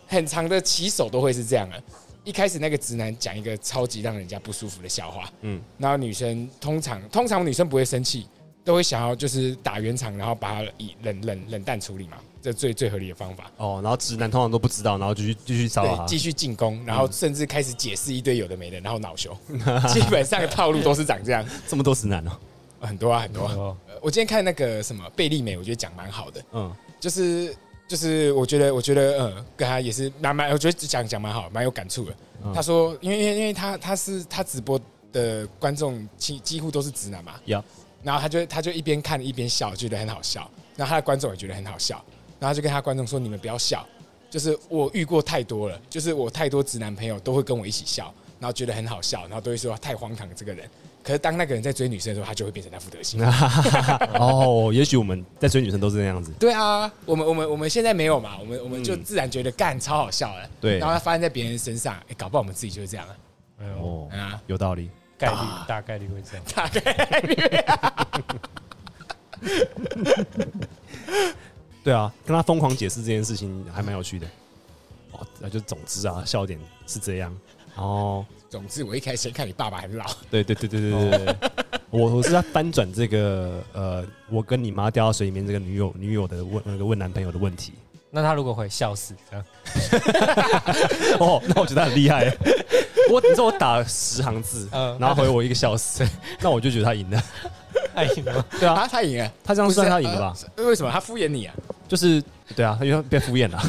[SPEAKER 3] 很长的起手都会是这样的。一开始那个直男讲一个超级让人家不舒服的笑话，
[SPEAKER 1] 嗯，
[SPEAKER 3] 然后女生通常通常女生不会生气，都会想要就是打圆场，然后把它以冷冷冷淡处理嘛，这最最合理的方法。
[SPEAKER 1] 哦，然后直男通常都不知道，然后继续继续骚扰
[SPEAKER 3] 对，
[SPEAKER 1] 他
[SPEAKER 3] 继，续进攻，然后甚至开始解释一堆有的没的，然后恼羞。基本上的套路都是长这样，
[SPEAKER 1] 这么多直男哦，
[SPEAKER 3] 很多啊很多啊。
[SPEAKER 2] 哦，
[SPEAKER 3] 呃我今天看那个什么贝利美，我觉得讲蛮好的，
[SPEAKER 1] 嗯，
[SPEAKER 3] 就是就是，我觉得我觉得呃，跟他也是蛮蛮，我觉得讲讲蛮好，蛮有感触的。
[SPEAKER 1] 嗯
[SPEAKER 3] 他说，因为因为因为他他是他直播的观众几几乎都是直男嘛，
[SPEAKER 1] 呀，
[SPEAKER 3] 然后他就他就一边看一边笑，觉得很好笑，然后他的观众也觉得很好笑，然后他就跟他观众说：“你们不要笑，就是我遇过太多了，就是我太多直男朋友都会跟我一起笑，然后觉得很好笑，然后都会说太荒唐了这个人。可是当那个人在追女生的时候，他就会变成那副德行。
[SPEAKER 1] 哦，也许我们在追女生都是那样子，
[SPEAKER 3] 对啊，我们我们我们现在没有嘛，我们我们就
[SPEAKER 1] 嗯
[SPEAKER 3] 自然觉得干超好笑了。
[SPEAKER 1] 对
[SPEAKER 3] 然后它发生在别人身上，哎，搞不好我们自己就是这 样啊。
[SPEAKER 2] 没有，
[SPEAKER 1] 哦，
[SPEAKER 3] 嗯啊，
[SPEAKER 1] 有道理，
[SPEAKER 2] 概率大概率会这样。
[SPEAKER 3] 大概
[SPEAKER 1] 对啊，跟他疯狂解释这件事情还蛮有趣的，哦，那就总之啊，笑点是这样，哦，
[SPEAKER 3] 总之，我一开始先看你爸爸很老，
[SPEAKER 1] 对对对对对对对， 我我是在翻转这个呃，我跟你妈掉到水里面这个女友女友的问那个问男朋友的问题，
[SPEAKER 2] 那他如果会笑死这样，
[SPEAKER 1] 哦，那我觉得很厉害。我你知道我打了十行字，
[SPEAKER 2] 嗯
[SPEAKER 1] 然后回我一个笑死，那我就觉得他赢了。
[SPEAKER 2] 哎 呦，
[SPEAKER 1] 对啊，
[SPEAKER 3] 啊，他赢了，
[SPEAKER 1] 他这样
[SPEAKER 3] 不是
[SPEAKER 1] 算他赢了吧？？
[SPEAKER 3] 呃为什么他敷衍你啊？
[SPEAKER 1] 就是对啊，因为他被敷衍了。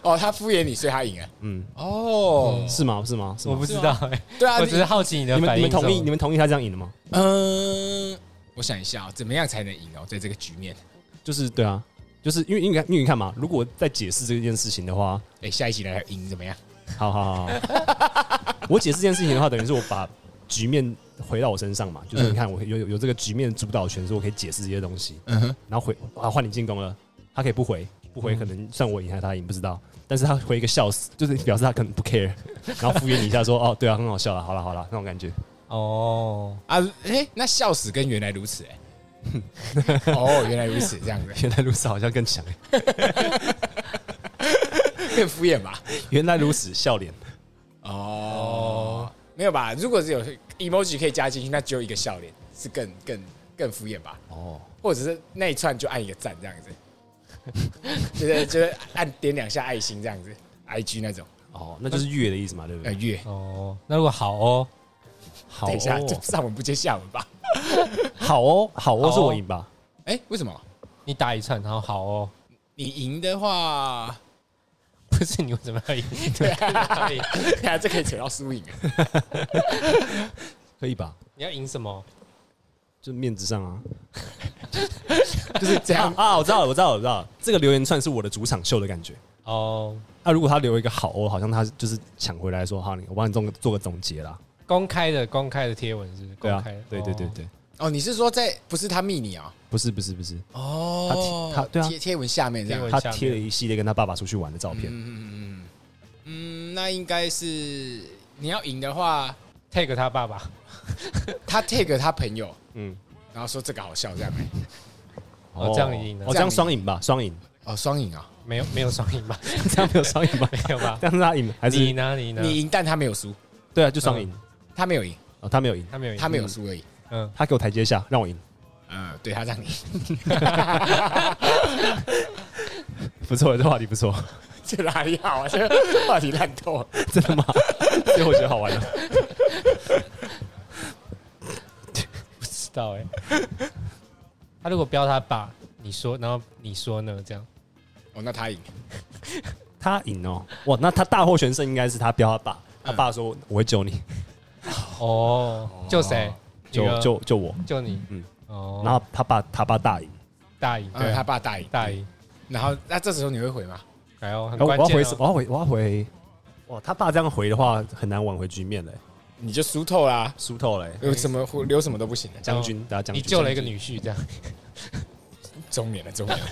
[SPEAKER 3] 哦，他敷衍你，所以他赢了。
[SPEAKER 1] 嗯，
[SPEAKER 3] 哦，
[SPEAKER 1] 是吗？是吗？是
[SPEAKER 2] 我
[SPEAKER 1] 吗
[SPEAKER 2] 不？知道哎，
[SPEAKER 3] 对啊，
[SPEAKER 2] 我只是好奇你的
[SPEAKER 1] 你们
[SPEAKER 2] 反
[SPEAKER 1] 你
[SPEAKER 2] 应
[SPEAKER 1] 们
[SPEAKER 2] 是什么。
[SPEAKER 1] 同意你们同意他这样赢了吗？
[SPEAKER 3] 嗯，我想一下、哦，怎么样才能赢哦？在这个局面，
[SPEAKER 1] 就是对啊，就是因为因为因为你看嘛，如果在解释这件事情的话，
[SPEAKER 3] 哎、下一集来赢怎么样？
[SPEAKER 1] 好好好好， 我解释这件事情的话，等于是我把局面回到我身上嘛，就是你看我有有有这个局面主导权，所以我可以解释这些东西。
[SPEAKER 3] 嗯哼，
[SPEAKER 1] 然后回啊换你进攻了，他可以不回，不回可能算我赢还是他赢不知道，但是他回一个笑死，就是表示他可能不 care，然后 敷衍你一下说哦对啊很好笑了，好了好了那种感觉，
[SPEAKER 2] 哦，
[SPEAKER 3] 啊，哎、那笑死跟原来如此、哎，哦，原来如此，这样子
[SPEAKER 1] 原来如此好像更强，
[SPEAKER 3] 更 敷衍吧？
[SPEAKER 1] 原来如此笑脸，
[SPEAKER 3] 哦，没有吧？如果是有 emoji 可以加进去，那只有一个笑脸是更更更敷衍吧？
[SPEAKER 1] 哦
[SPEAKER 3] 或者是那一串就按一个赞这样子， 就是就是按点两下爱心这样子，IG 那种，
[SPEAKER 1] 哦那就是月的意思嘛对不
[SPEAKER 3] 呃，
[SPEAKER 1] 对？
[SPEAKER 3] 月。
[SPEAKER 2] 哦，那如果好哦，
[SPEAKER 1] 好
[SPEAKER 3] 等一下，
[SPEAKER 1] 哦
[SPEAKER 3] 就上文不接下文吧？
[SPEAKER 1] 好哦好
[SPEAKER 2] 好
[SPEAKER 1] 哦
[SPEAKER 2] 哦
[SPEAKER 1] 是我赢吧？
[SPEAKER 3] 哎、为什么？
[SPEAKER 2] 你你打一串，然后好哦，
[SPEAKER 3] 你赢的话，
[SPEAKER 2] 不是你为什么 要赢？对啊，
[SPEAKER 3] 对啊，这可以扯到输 赢。
[SPEAKER 1] 可以吧？
[SPEAKER 2] 你要赢什么？
[SPEAKER 1] 就面子上啊，
[SPEAKER 3] 就是这样
[SPEAKER 1] 啊啊！我知道了，我知道了，我知道了，这个留言串是我的主场秀的感觉。
[SPEAKER 2] 哦，
[SPEAKER 1] 啊，如果他留一个好哦，好像他就是抢回来说，好，你我帮你做个做个总结啦。
[SPEAKER 2] 公开的公开的贴文是不是
[SPEAKER 1] 对
[SPEAKER 2] 公
[SPEAKER 1] 啊
[SPEAKER 2] 开的，，
[SPEAKER 1] 对对对
[SPEAKER 2] 哦，
[SPEAKER 1] 对，
[SPEAKER 3] 哦，你是说在不是他密你啊？
[SPEAKER 1] 不是不是不是，
[SPEAKER 3] 哦，
[SPEAKER 1] 他贴他对啊
[SPEAKER 3] 贴贴文下面这样
[SPEAKER 2] 贴。文
[SPEAKER 1] 他
[SPEAKER 2] 下面
[SPEAKER 1] 贴了一系列跟他爸爸出去玩的照
[SPEAKER 3] 嗯
[SPEAKER 1] 片。
[SPEAKER 3] 嗯嗯嗯嗯，那应该是你要赢的话，
[SPEAKER 2] take 他爸爸，
[SPEAKER 3] 他 take 他朋友，
[SPEAKER 1] 嗯，
[SPEAKER 3] 然后说这个好笑这样。欸
[SPEAKER 2] 哦这样
[SPEAKER 3] 啊
[SPEAKER 2] 赢了
[SPEAKER 1] 哦，这样双赢吧，双 赢，
[SPEAKER 3] 哦，双赢啊，
[SPEAKER 2] 没有没有双赢吧？
[SPEAKER 1] 这样没有双 赢吧？
[SPEAKER 2] 没有吧？
[SPEAKER 1] 这样是他赢还
[SPEAKER 2] 你
[SPEAKER 1] 是
[SPEAKER 2] 呢？你
[SPEAKER 1] 啊
[SPEAKER 2] 呢？
[SPEAKER 3] 你赢嗯但他没有输，
[SPEAKER 1] 对啊？就双赢
[SPEAKER 3] 他没有赢，
[SPEAKER 1] 哦，他没有赢，
[SPEAKER 2] 他没有赢，
[SPEAKER 3] 他没有输而已。
[SPEAKER 2] 嗯，
[SPEAKER 1] 他给我台阶下，让我赢，
[SPEAKER 3] 嗯，对他让你，
[SPEAKER 1] 不错，这话题不错，
[SPEAKER 3] 这哪里好啊？这个话题烂透了。
[SPEAKER 1] 真的吗？所以我觉得好玩哦了。
[SPEAKER 2] 不知道哎。 他如果标他爸，你说，然后你说呢？这样
[SPEAKER 3] 哦，那他赢。
[SPEAKER 1] 他赢哦，哇，那他大获全胜应该是他彪他爸，
[SPEAKER 2] 嗯
[SPEAKER 1] 他爸说我会救你，
[SPEAKER 2] 哦，就谁？女
[SPEAKER 1] 就
[SPEAKER 2] 儿
[SPEAKER 1] 就就我，
[SPEAKER 2] 就你，
[SPEAKER 1] 嗯
[SPEAKER 2] 嗯，哦，
[SPEAKER 1] 然后他爸他爸大赢，
[SPEAKER 2] 大赢，对
[SPEAKER 3] 嗯，他
[SPEAKER 2] 啊，
[SPEAKER 3] 爸大赢。
[SPEAKER 2] 大赢，
[SPEAKER 3] 然后那这时候你会回吗？
[SPEAKER 2] 哎呦，
[SPEAKER 1] 然
[SPEAKER 2] 很
[SPEAKER 1] 后我
[SPEAKER 2] 关
[SPEAKER 1] 要
[SPEAKER 2] 键
[SPEAKER 1] 回
[SPEAKER 2] 哦，
[SPEAKER 1] 我要回我要回，哇，他爸这样回的话很难挽回局面嘞，
[SPEAKER 3] 你就输透啦，
[SPEAKER 1] 输透嘞，
[SPEAKER 3] 有什么留什么都不行的。
[SPEAKER 1] 将军，大家将
[SPEAKER 2] 嗯哦你
[SPEAKER 1] 军，
[SPEAKER 2] 救了一个
[SPEAKER 1] 将军，
[SPEAKER 2] 女婿，这样
[SPEAKER 3] 中年了，中年了。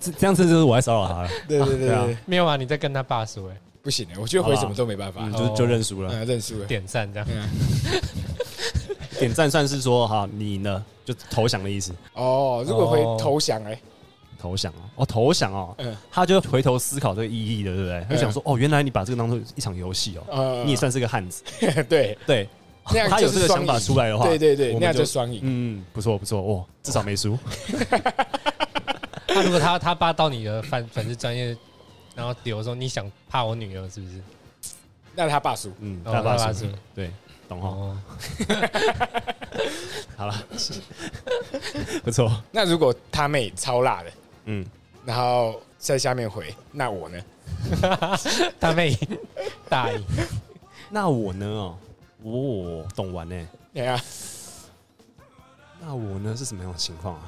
[SPEAKER 1] 这这样子就是我在骚扰他了，
[SPEAKER 3] 对对对
[SPEAKER 1] 对啊
[SPEAKER 3] 对，
[SPEAKER 2] 没有啊？你在跟他爸说，哎，
[SPEAKER 3] 不行的，我觉得回什么都没办法
[SPEAKER 1] 嗯，。就就认输了。
[SPEAKER 2] 哦
[SPEAKER 3] 嗯，认输了。
[SPEAKER 2] 点赞这样，
[SPEAKER 3] 嗯
[SPEAKER 1] 点赞算是说哈，你赢了就投降的意思。
[SPEAKER 3] 哦，如果
[SPEAKER 2] 哦
[SPEAKER 3] 回投降哎，
[SPEAKER 1] 投降哦，哦投降哦，
[SPEAKER 3] 嗯
[SPEAKER 1] 他就回头思考这个意义的，对不对？他就
[SPEAKER 2] 嗯
[SPEAKER 1] 想说，哦，原来你把这个当做一场游戏哦，
[SPEAKER 3] 呃
[SPEAKER 1] 你也算是个汉子。
[SPEAKER 3] 对，
[SPEAKER 1] 对，
[SPEAKER 3] 那样
[SPEAKER 1] 他有
[SPEAKER 3] 就
[SPEAKER 1] 这
[SPEAKER 3] 是
[SPEAKER 1] 个
[SPEAKER 3] 双
[SPEAKER 1] 想法
[SPEAKER 3] 赢
[SPEAKER 1] 出来的话，
[SPEAKER 3] 对对对，
[SPEAKER 1] 我
[SPEAKER 3] 那
[SPEAKER 1] 们
[SPEAKER 3] 样就
[SPEAKER 1] 就
[SPEAKER 3] 双赢。
[SPEAKER 1] 嗯，不错不错，哦，至少没输。
[SPEAKER 2] 他如果他他爸到你的粉粉丝专业，然后留说你想怕我女儿是不是？
[SPEAKER 3] 那他爸输，
[SPEAKER 1] 嗯，
[SPEAKER 2] 哦
[SPEAKER 1] 大
[SPEAKER 2] 他
[SPEAKER 1] 把
[SPEAKER 2] 爸
[SPEAKER 1] 输
[SPEAKER 2] 输，
[SPEAKER 1] 对，懂哈？
[SPEAKER 2] 哦，
[SPEAKER 1] 好了，不错，
[SPEAKER 3] 那如果他妹超辣的，
[SPEAKER 1] 嗯，
[SPEAKER 3] 然后在下面回，那我呢？
[SPEAKER 2] 大妹大赢，
[SPEAKER 1] 那我呢？哦，我懂完呢。
[SPEAKER 3] 对啊，
[SPEAKER 1] 那我呢是什么样的情况啊？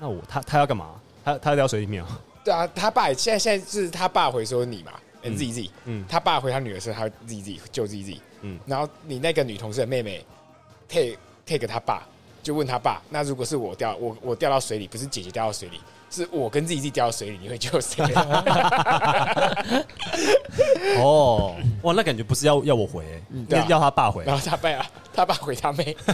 [SPEAKER 1] 那我他他要干嘛？他他要掉水里面哦。
[SPEAKER 3] 对啊，他爸现在现在是他爸回说你嘛，嗯
[SPEAKER 1] 嗯
[SPEAKER 3] ，Z Z，
[SPEAKER 1] 嗯
[SPEAKER 3] 他爸回他女儿是他 Z Z 救 Z Z，嗯
[SPEAKER 1] 嗯，
[SPEAKER 3] 然后你那个女同事的妹妹 take take 他爸，就问他爸，那如果是我掉我我掉到水里，不是姐姐掉到水里，是我跟 Z Z 掉到水里，你会 救谁？
[SPEAKER 1] 哦，哇，那感觉不是要要我回、欸，
[SPEAKER 3] 嗯对啊
[SPEAKER 1] 要要他爸回，
[SPEAKER 3] 然后他爸啊，他爸回他妹，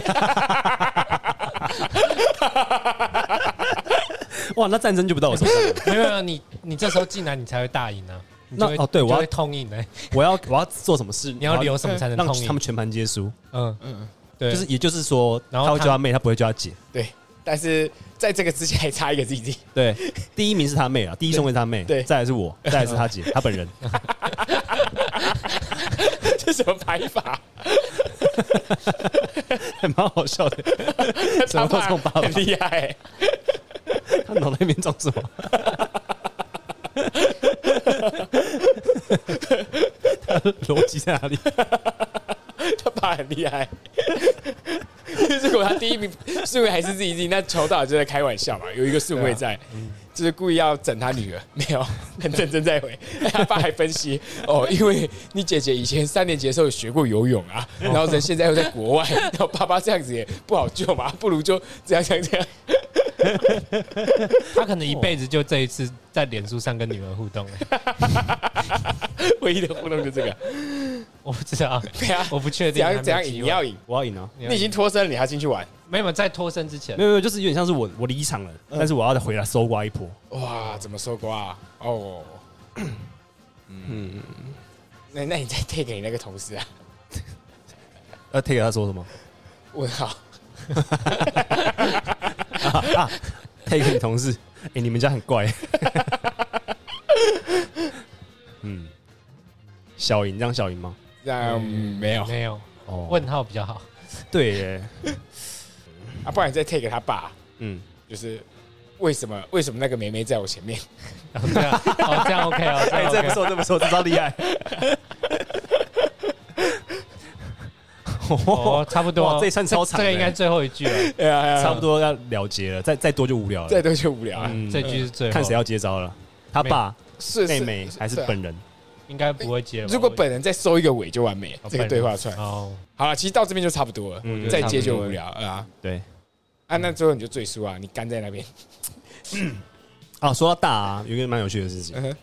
[SPEAKER 1] 哇，那战争就不到我手上了。
[SPEAKER 2] 没有没有，你你这时候进来你才会大赢啊，你就
[SPEAKER 1] 那
[SPEAKER 2] 会
[SPEAKER 1] 哦对
[SPEAKER 2] 你就
[SPEAKER 1] 我要
[SPEAKER 2] 会通赢哎，
[SPEAKER 1] 我要我要做什么事？
[SPEAKER 2] 你要留什么才能
[SPEAKER 1] 让
[SPEAKER 2] 通
[SPEAKER 1] 他们
[SPEAKER 2] 赢？
[SPEAKER 1] 全盘皆输？
[SPEAKER 2] 嗯
[SPEAKER 3] 嗯
[SPEAKER 2] 嗯，对，
[SPEAKER 1] 就是也就是说，
[SPEAKER 2] 然后
[SPEAKER 1] 他会
[SPEAKER 2] 他
[SPEAKER 1] 叫他妹，他不会叫他姐。
[SPEAKER 3] 对，但是在这个之前还差一个 Z Z，
[SPEAKER 1] 对，第一名是他妹啊，第一顺位是他妹，
[SPEAKER 3] 对
[SPEAKER 1] 再来是 我，再来是他姐，他本人。
[SPEAKER 3] 这什么排法？
[SPEAKER 1] 还蛮好笑 的，怎么都中爸爸
[SPEAKER 3] 很厉害、欸
[SPEAKER 1] 他脑袋里面装什 么？他的逻辑在哪里？
[SPEAKER 3] 他爸很厉害。如果他第一名顺位还是 Z Z，那从到就在开玩笑嘛，有一个顺位
[SPEAKER 2] 啊
[SPEAKER 3] 在，
[SPEAKER 2] 嗯
[SPEAKER 3] 就是故意要整他女儿，没有很认真在回。他爸还分析哦，因为你姐姐以前三年级的时候有学过游泳啊，然后人现在又在国外，然后爸爸这样子也不好救嘛，不如就这样这样这样。
[SPEAKER 2] 他可能一辈子就这一次在脸书上跟女儿互动 哎，
[SPEAKER 3] 唯一的互动就这个，
[SPEAKER 2] 我不知道，
[SPEAKER 3] 对啊，
[SPEAKER 2] 我不确
[SPEAKER 3] 怎
[SPEAKER 2] 定，
[SPEAKER 3] 样怎样
[SPEAKER 2] 还没有
[SPEAKER 3] 赢
[SPEAKER 2] 机
[SPEAKER 3] 你
[SPEAKER 2] 会
[SPEAKER 3] 要赢，
[SPEAKER 1] 我要赢啊！
[SPEAKER 2] 你要
[SPEAKER 3] 你已经脱身了，你还进去玩，
[SPEAKER 2] 没有没有在脱身之前
[SPEAKER 1] 没，有没有，就是有点像是我我离场了，
[SPEAKER 2] 嗯
[SPEAKER 1] 但是我要再回来搜刮一波。
[SPEAKER 3] 哇，怎么搜刮啊？哦，
[SPEAKER 1] 嗯，
[SPEAKER 3] 那那你再退给你那个同事啊，
[SPEAKER 1] 呃，Take 他说什么？
[SPEAKER 3] 问好。
[SPEAKER 1] 啊啊，take 你同事，哎、你们家很怪。 嗯，小赢，这样小赢吗？
[SPEAKER 3] 嗯，没有
[SPEAKER 2] 没有
[SPEAKER 1] 哦
[SPEAKER 2] 问号比较好，
[SPEAKER 1] 对耶，
[SPEAKER 3] 啊，不然你再 take 他爸，
[SPEAKER 1] 嗯，
[SPEAKER 3] 就是为什么为什么那个梅梅在我前面？
[SPEAKER 2] 然后这样， 哦，这样 OK 哦，这
[SPEAKER 1] 哎、
[SPEAKER 2] 样
[SPEAKER 1] 这不
[SPEAKER 2] OK。
[SPEAKER 1] 错，这不错，这招厉 害。
[SPEAKER 2] 哦，差不多
[SPEAKER 1] 哇，这一串超长
[SPEAKER 2] 这
[SPEAKER 1] 的欸
[SPEAKER 2] 个应该最后一句了，
[SPEAKER 3] 哎呀哎呀
[SPEAKER 1] 差不多要了结了，再呃再多就无聊
[SPEAKER 3] 再
[SPEAKER 1] 了。
[SPEAKER 3] 多就无聊了。
[SPEAKER 1] 嗯
[SPEAKER 2] 这句是最后。
[SPEAKER 1] 看谁要接招了，他爸、
[SPEAKER 3] 是
[SPEAKER 1] 妹
[SPEAKER 3] 是
[SPEAKER 1] 妹还是
[SPEAKER 3] 对啊
[SPEAKER 1] 本人？
[SPEAKER 2] 应该不会接了吧。
[SPEAKER 3] 如果
[SPEAKER 2] 我
[SPEAKER 3] 本人再收一个尾就完美了
[SPEAKER 2] 哦，
[SPEAKER 3] 这个
[SPEAKER 2] 本人
[SPEAKER 3] 对话出来。
[SPEAKER 2] 哦，
[SPEAKER 3] 好了，其实到这边就差不多了
[SPEAKER 1] 嗯，
[SPEAKER 3] 再接就无聊了啊。
[SPEAKER 1] 对。
[SPEAKER 3] 啊，那最后你就最输啊，你干在那边。
[SPEAKER 1] 啊，说到大啊，有一个蛮有趣的事情。哦
[SPEAKER 3] 嗯哼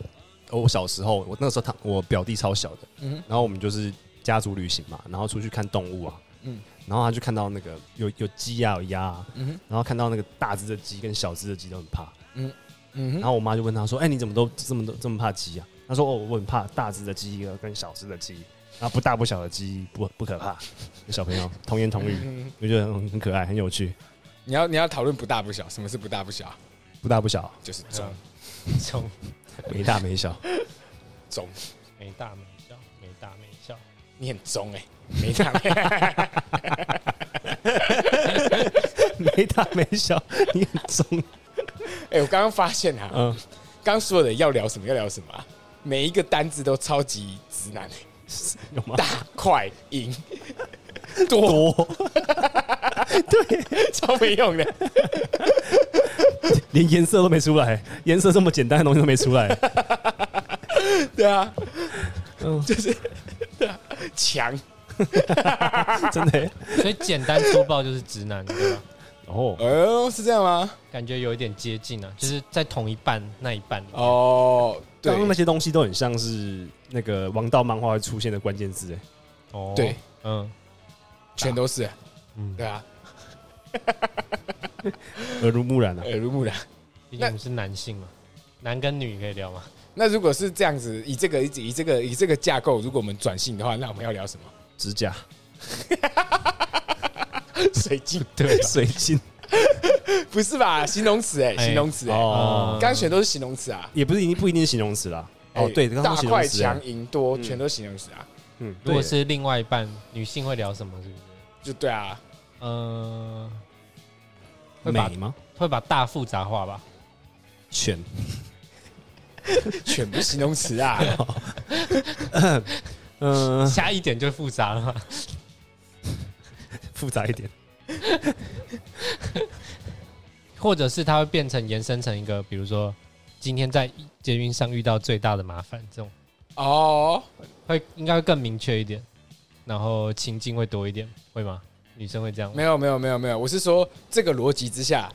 [SPEAKER 1] 我小时候，我那时候他我表弟超小的，
[SPEAKER 3] 嗯哼
[SPEAKER 1] 然后我们就是家族旅行嘛，然后出去看动物啊，
[SPEAKER 3] 嗯
[SPEAKER 1] 然后他就看到那个有有鸡啊有鸭啊，
[SPEAKER 3] 嗯哼
[SPEAKER 1] 然后看到那个大只的鸡跟小只的鸡都很怕，
[SPEAKER 3] 嗯
[SPEAKER 1] 然
[SPEAKER 3] 哼，
[SPEAKER 1] 后我妈就问他说：“哎、你怎么都这么都这么怕鸡啊？”他说：“哦，我很怕大只的鸡跟小只的鸡，然后不大不小的鸡不不可怕。”小朋友童言童语，
[SPEAKER 3] 嗯
[SPEAKER 1] 我觉得很很可爱，很有趣，
[SPEAKER 3] 你要你要讨论不大不小，什么是不大不小？
[SPEAKER 1] 不大不小，
[SPEAKER 3] 就是中
[SPEAKER 2] 从
[SPEAKER 1] 没大没小。
[SPEAKER 3] 中，
[SPEAKER 2] 没大没小，没大没小。
[SPEAKER 3] 你很中哎，没大。
[SPEAKER 1] 没大没小，你很中。
[SPEAKER 3] 哎，我刚刚发现啊，
[SPEAKER 1] 嗯，
[SPEAKER 3] 刚刚所有的要聊什么要聊什么啊，每一个单字都超级直男欸，
[SPEAKER 1] 有吗？
[SPEAKER 3] 大快 赢多
[SPEAKER 1] 啊多，
[SPEAKER 3] 超没用的。
[SPEAKER 1] 连颜色都没出来，颜色这么简单的东西都没出来。
[SPEAKER 3] 对啊，
[SPEAKER 1] 嗯，
[SPEAKER 3] 强
[SPEAKER 1] 真的耶。
[SPEAKER 2] 所以简单粗暴就是直男，对吧？
[SPEAKER 1] 哦，
[SPEAKER 3] 哦，是这样吗？
[SPEAKER 2] 感觉有一点接近啊，就是在同一半那一半。
[SPEAKER 3] 哦，对
[SPEAKER 1] 刚刚那些东西都很像是那个王道漫画会出现的关键字，哎，
[SPEAKER 2] 哦
[SPEAKER 3] 对，
[SPEAKER 2] 嗯
[SPEAKER 3] 全都是，
[SPEAKER 2] 嗯，
[SPEAKER 3] 对啊，
[SPEAKER 1] 耳濡目染啊。
[SPEAKER 3] 耳濡目染。
[SPEAKER 2] 毕竟我们是男性嘛，男跟女可以聊吗？
[SPEAKER 3] 那如果是这样子，以这个以这个以这个架构，如果我们转性的话，那我们要聊什么？
[SPEAKER 1] 指甲、
[SPEAKER 3] 水晶？
[SPEAKER 1] 对， 水晶
[SPEAKER 3] 不是吧？形容词哎，
[SPEAKER 2] 哎
[SPEAKER 3] 形容词哎，
[SPEAKER 1] 哦
[SPEAKER 2] 嗯，
[SPEAKER 3] 刚选都是形容词啊。
[SPEAKER 1] 也不是已经不一定是形容词啦。哦
[SPEAKER 3] 哎，
[SPEAKER 1] 对，刚
[SPEAKER 3] 大
[SPEAKER 1] 刚形容
[SPEAKER 3] 快
[SPEAKER 1] 词啊
[SPEAKER 3] 强，赢多，
[SPEAKER 1] 嗯
[SPEAKER 3] 全都是形容词啊。
[SPEAKER 1] 嗯，
[SPEAKER 2] 如果
[SPEAKER 1] 对
[SPEAKER 2] 是另外一半，女性会聊什么？是不是？
[SPEAKER 3] 就对啊，
[SPEAKER 2] 嗯，会把
[SPEAKER 1] 美吗？
[SPEAKER 2] 会把大复杂化 吧？
[SPEAKER 1] 犬，
[SPEAKER 3] 全部形容 词啊。
[SPEAKER 1] 嗯，
[SPEAKER 2] 下一点就复杂了嘛。
[SPEAKER 1] 复杂一点。
[SPEAKER 2] 或者是它会变成延伸成一个，比如说今天在捷运上遇到最大的麻烦，这种
[SPEAKER 3] 哦，
[SPEAKER 2] 会应该会更明确一点，然后情境会多一点，会吗？女生会这样吗
[SPEAKER 3] 没？有没有没有没有，我是说这个逻辑之下，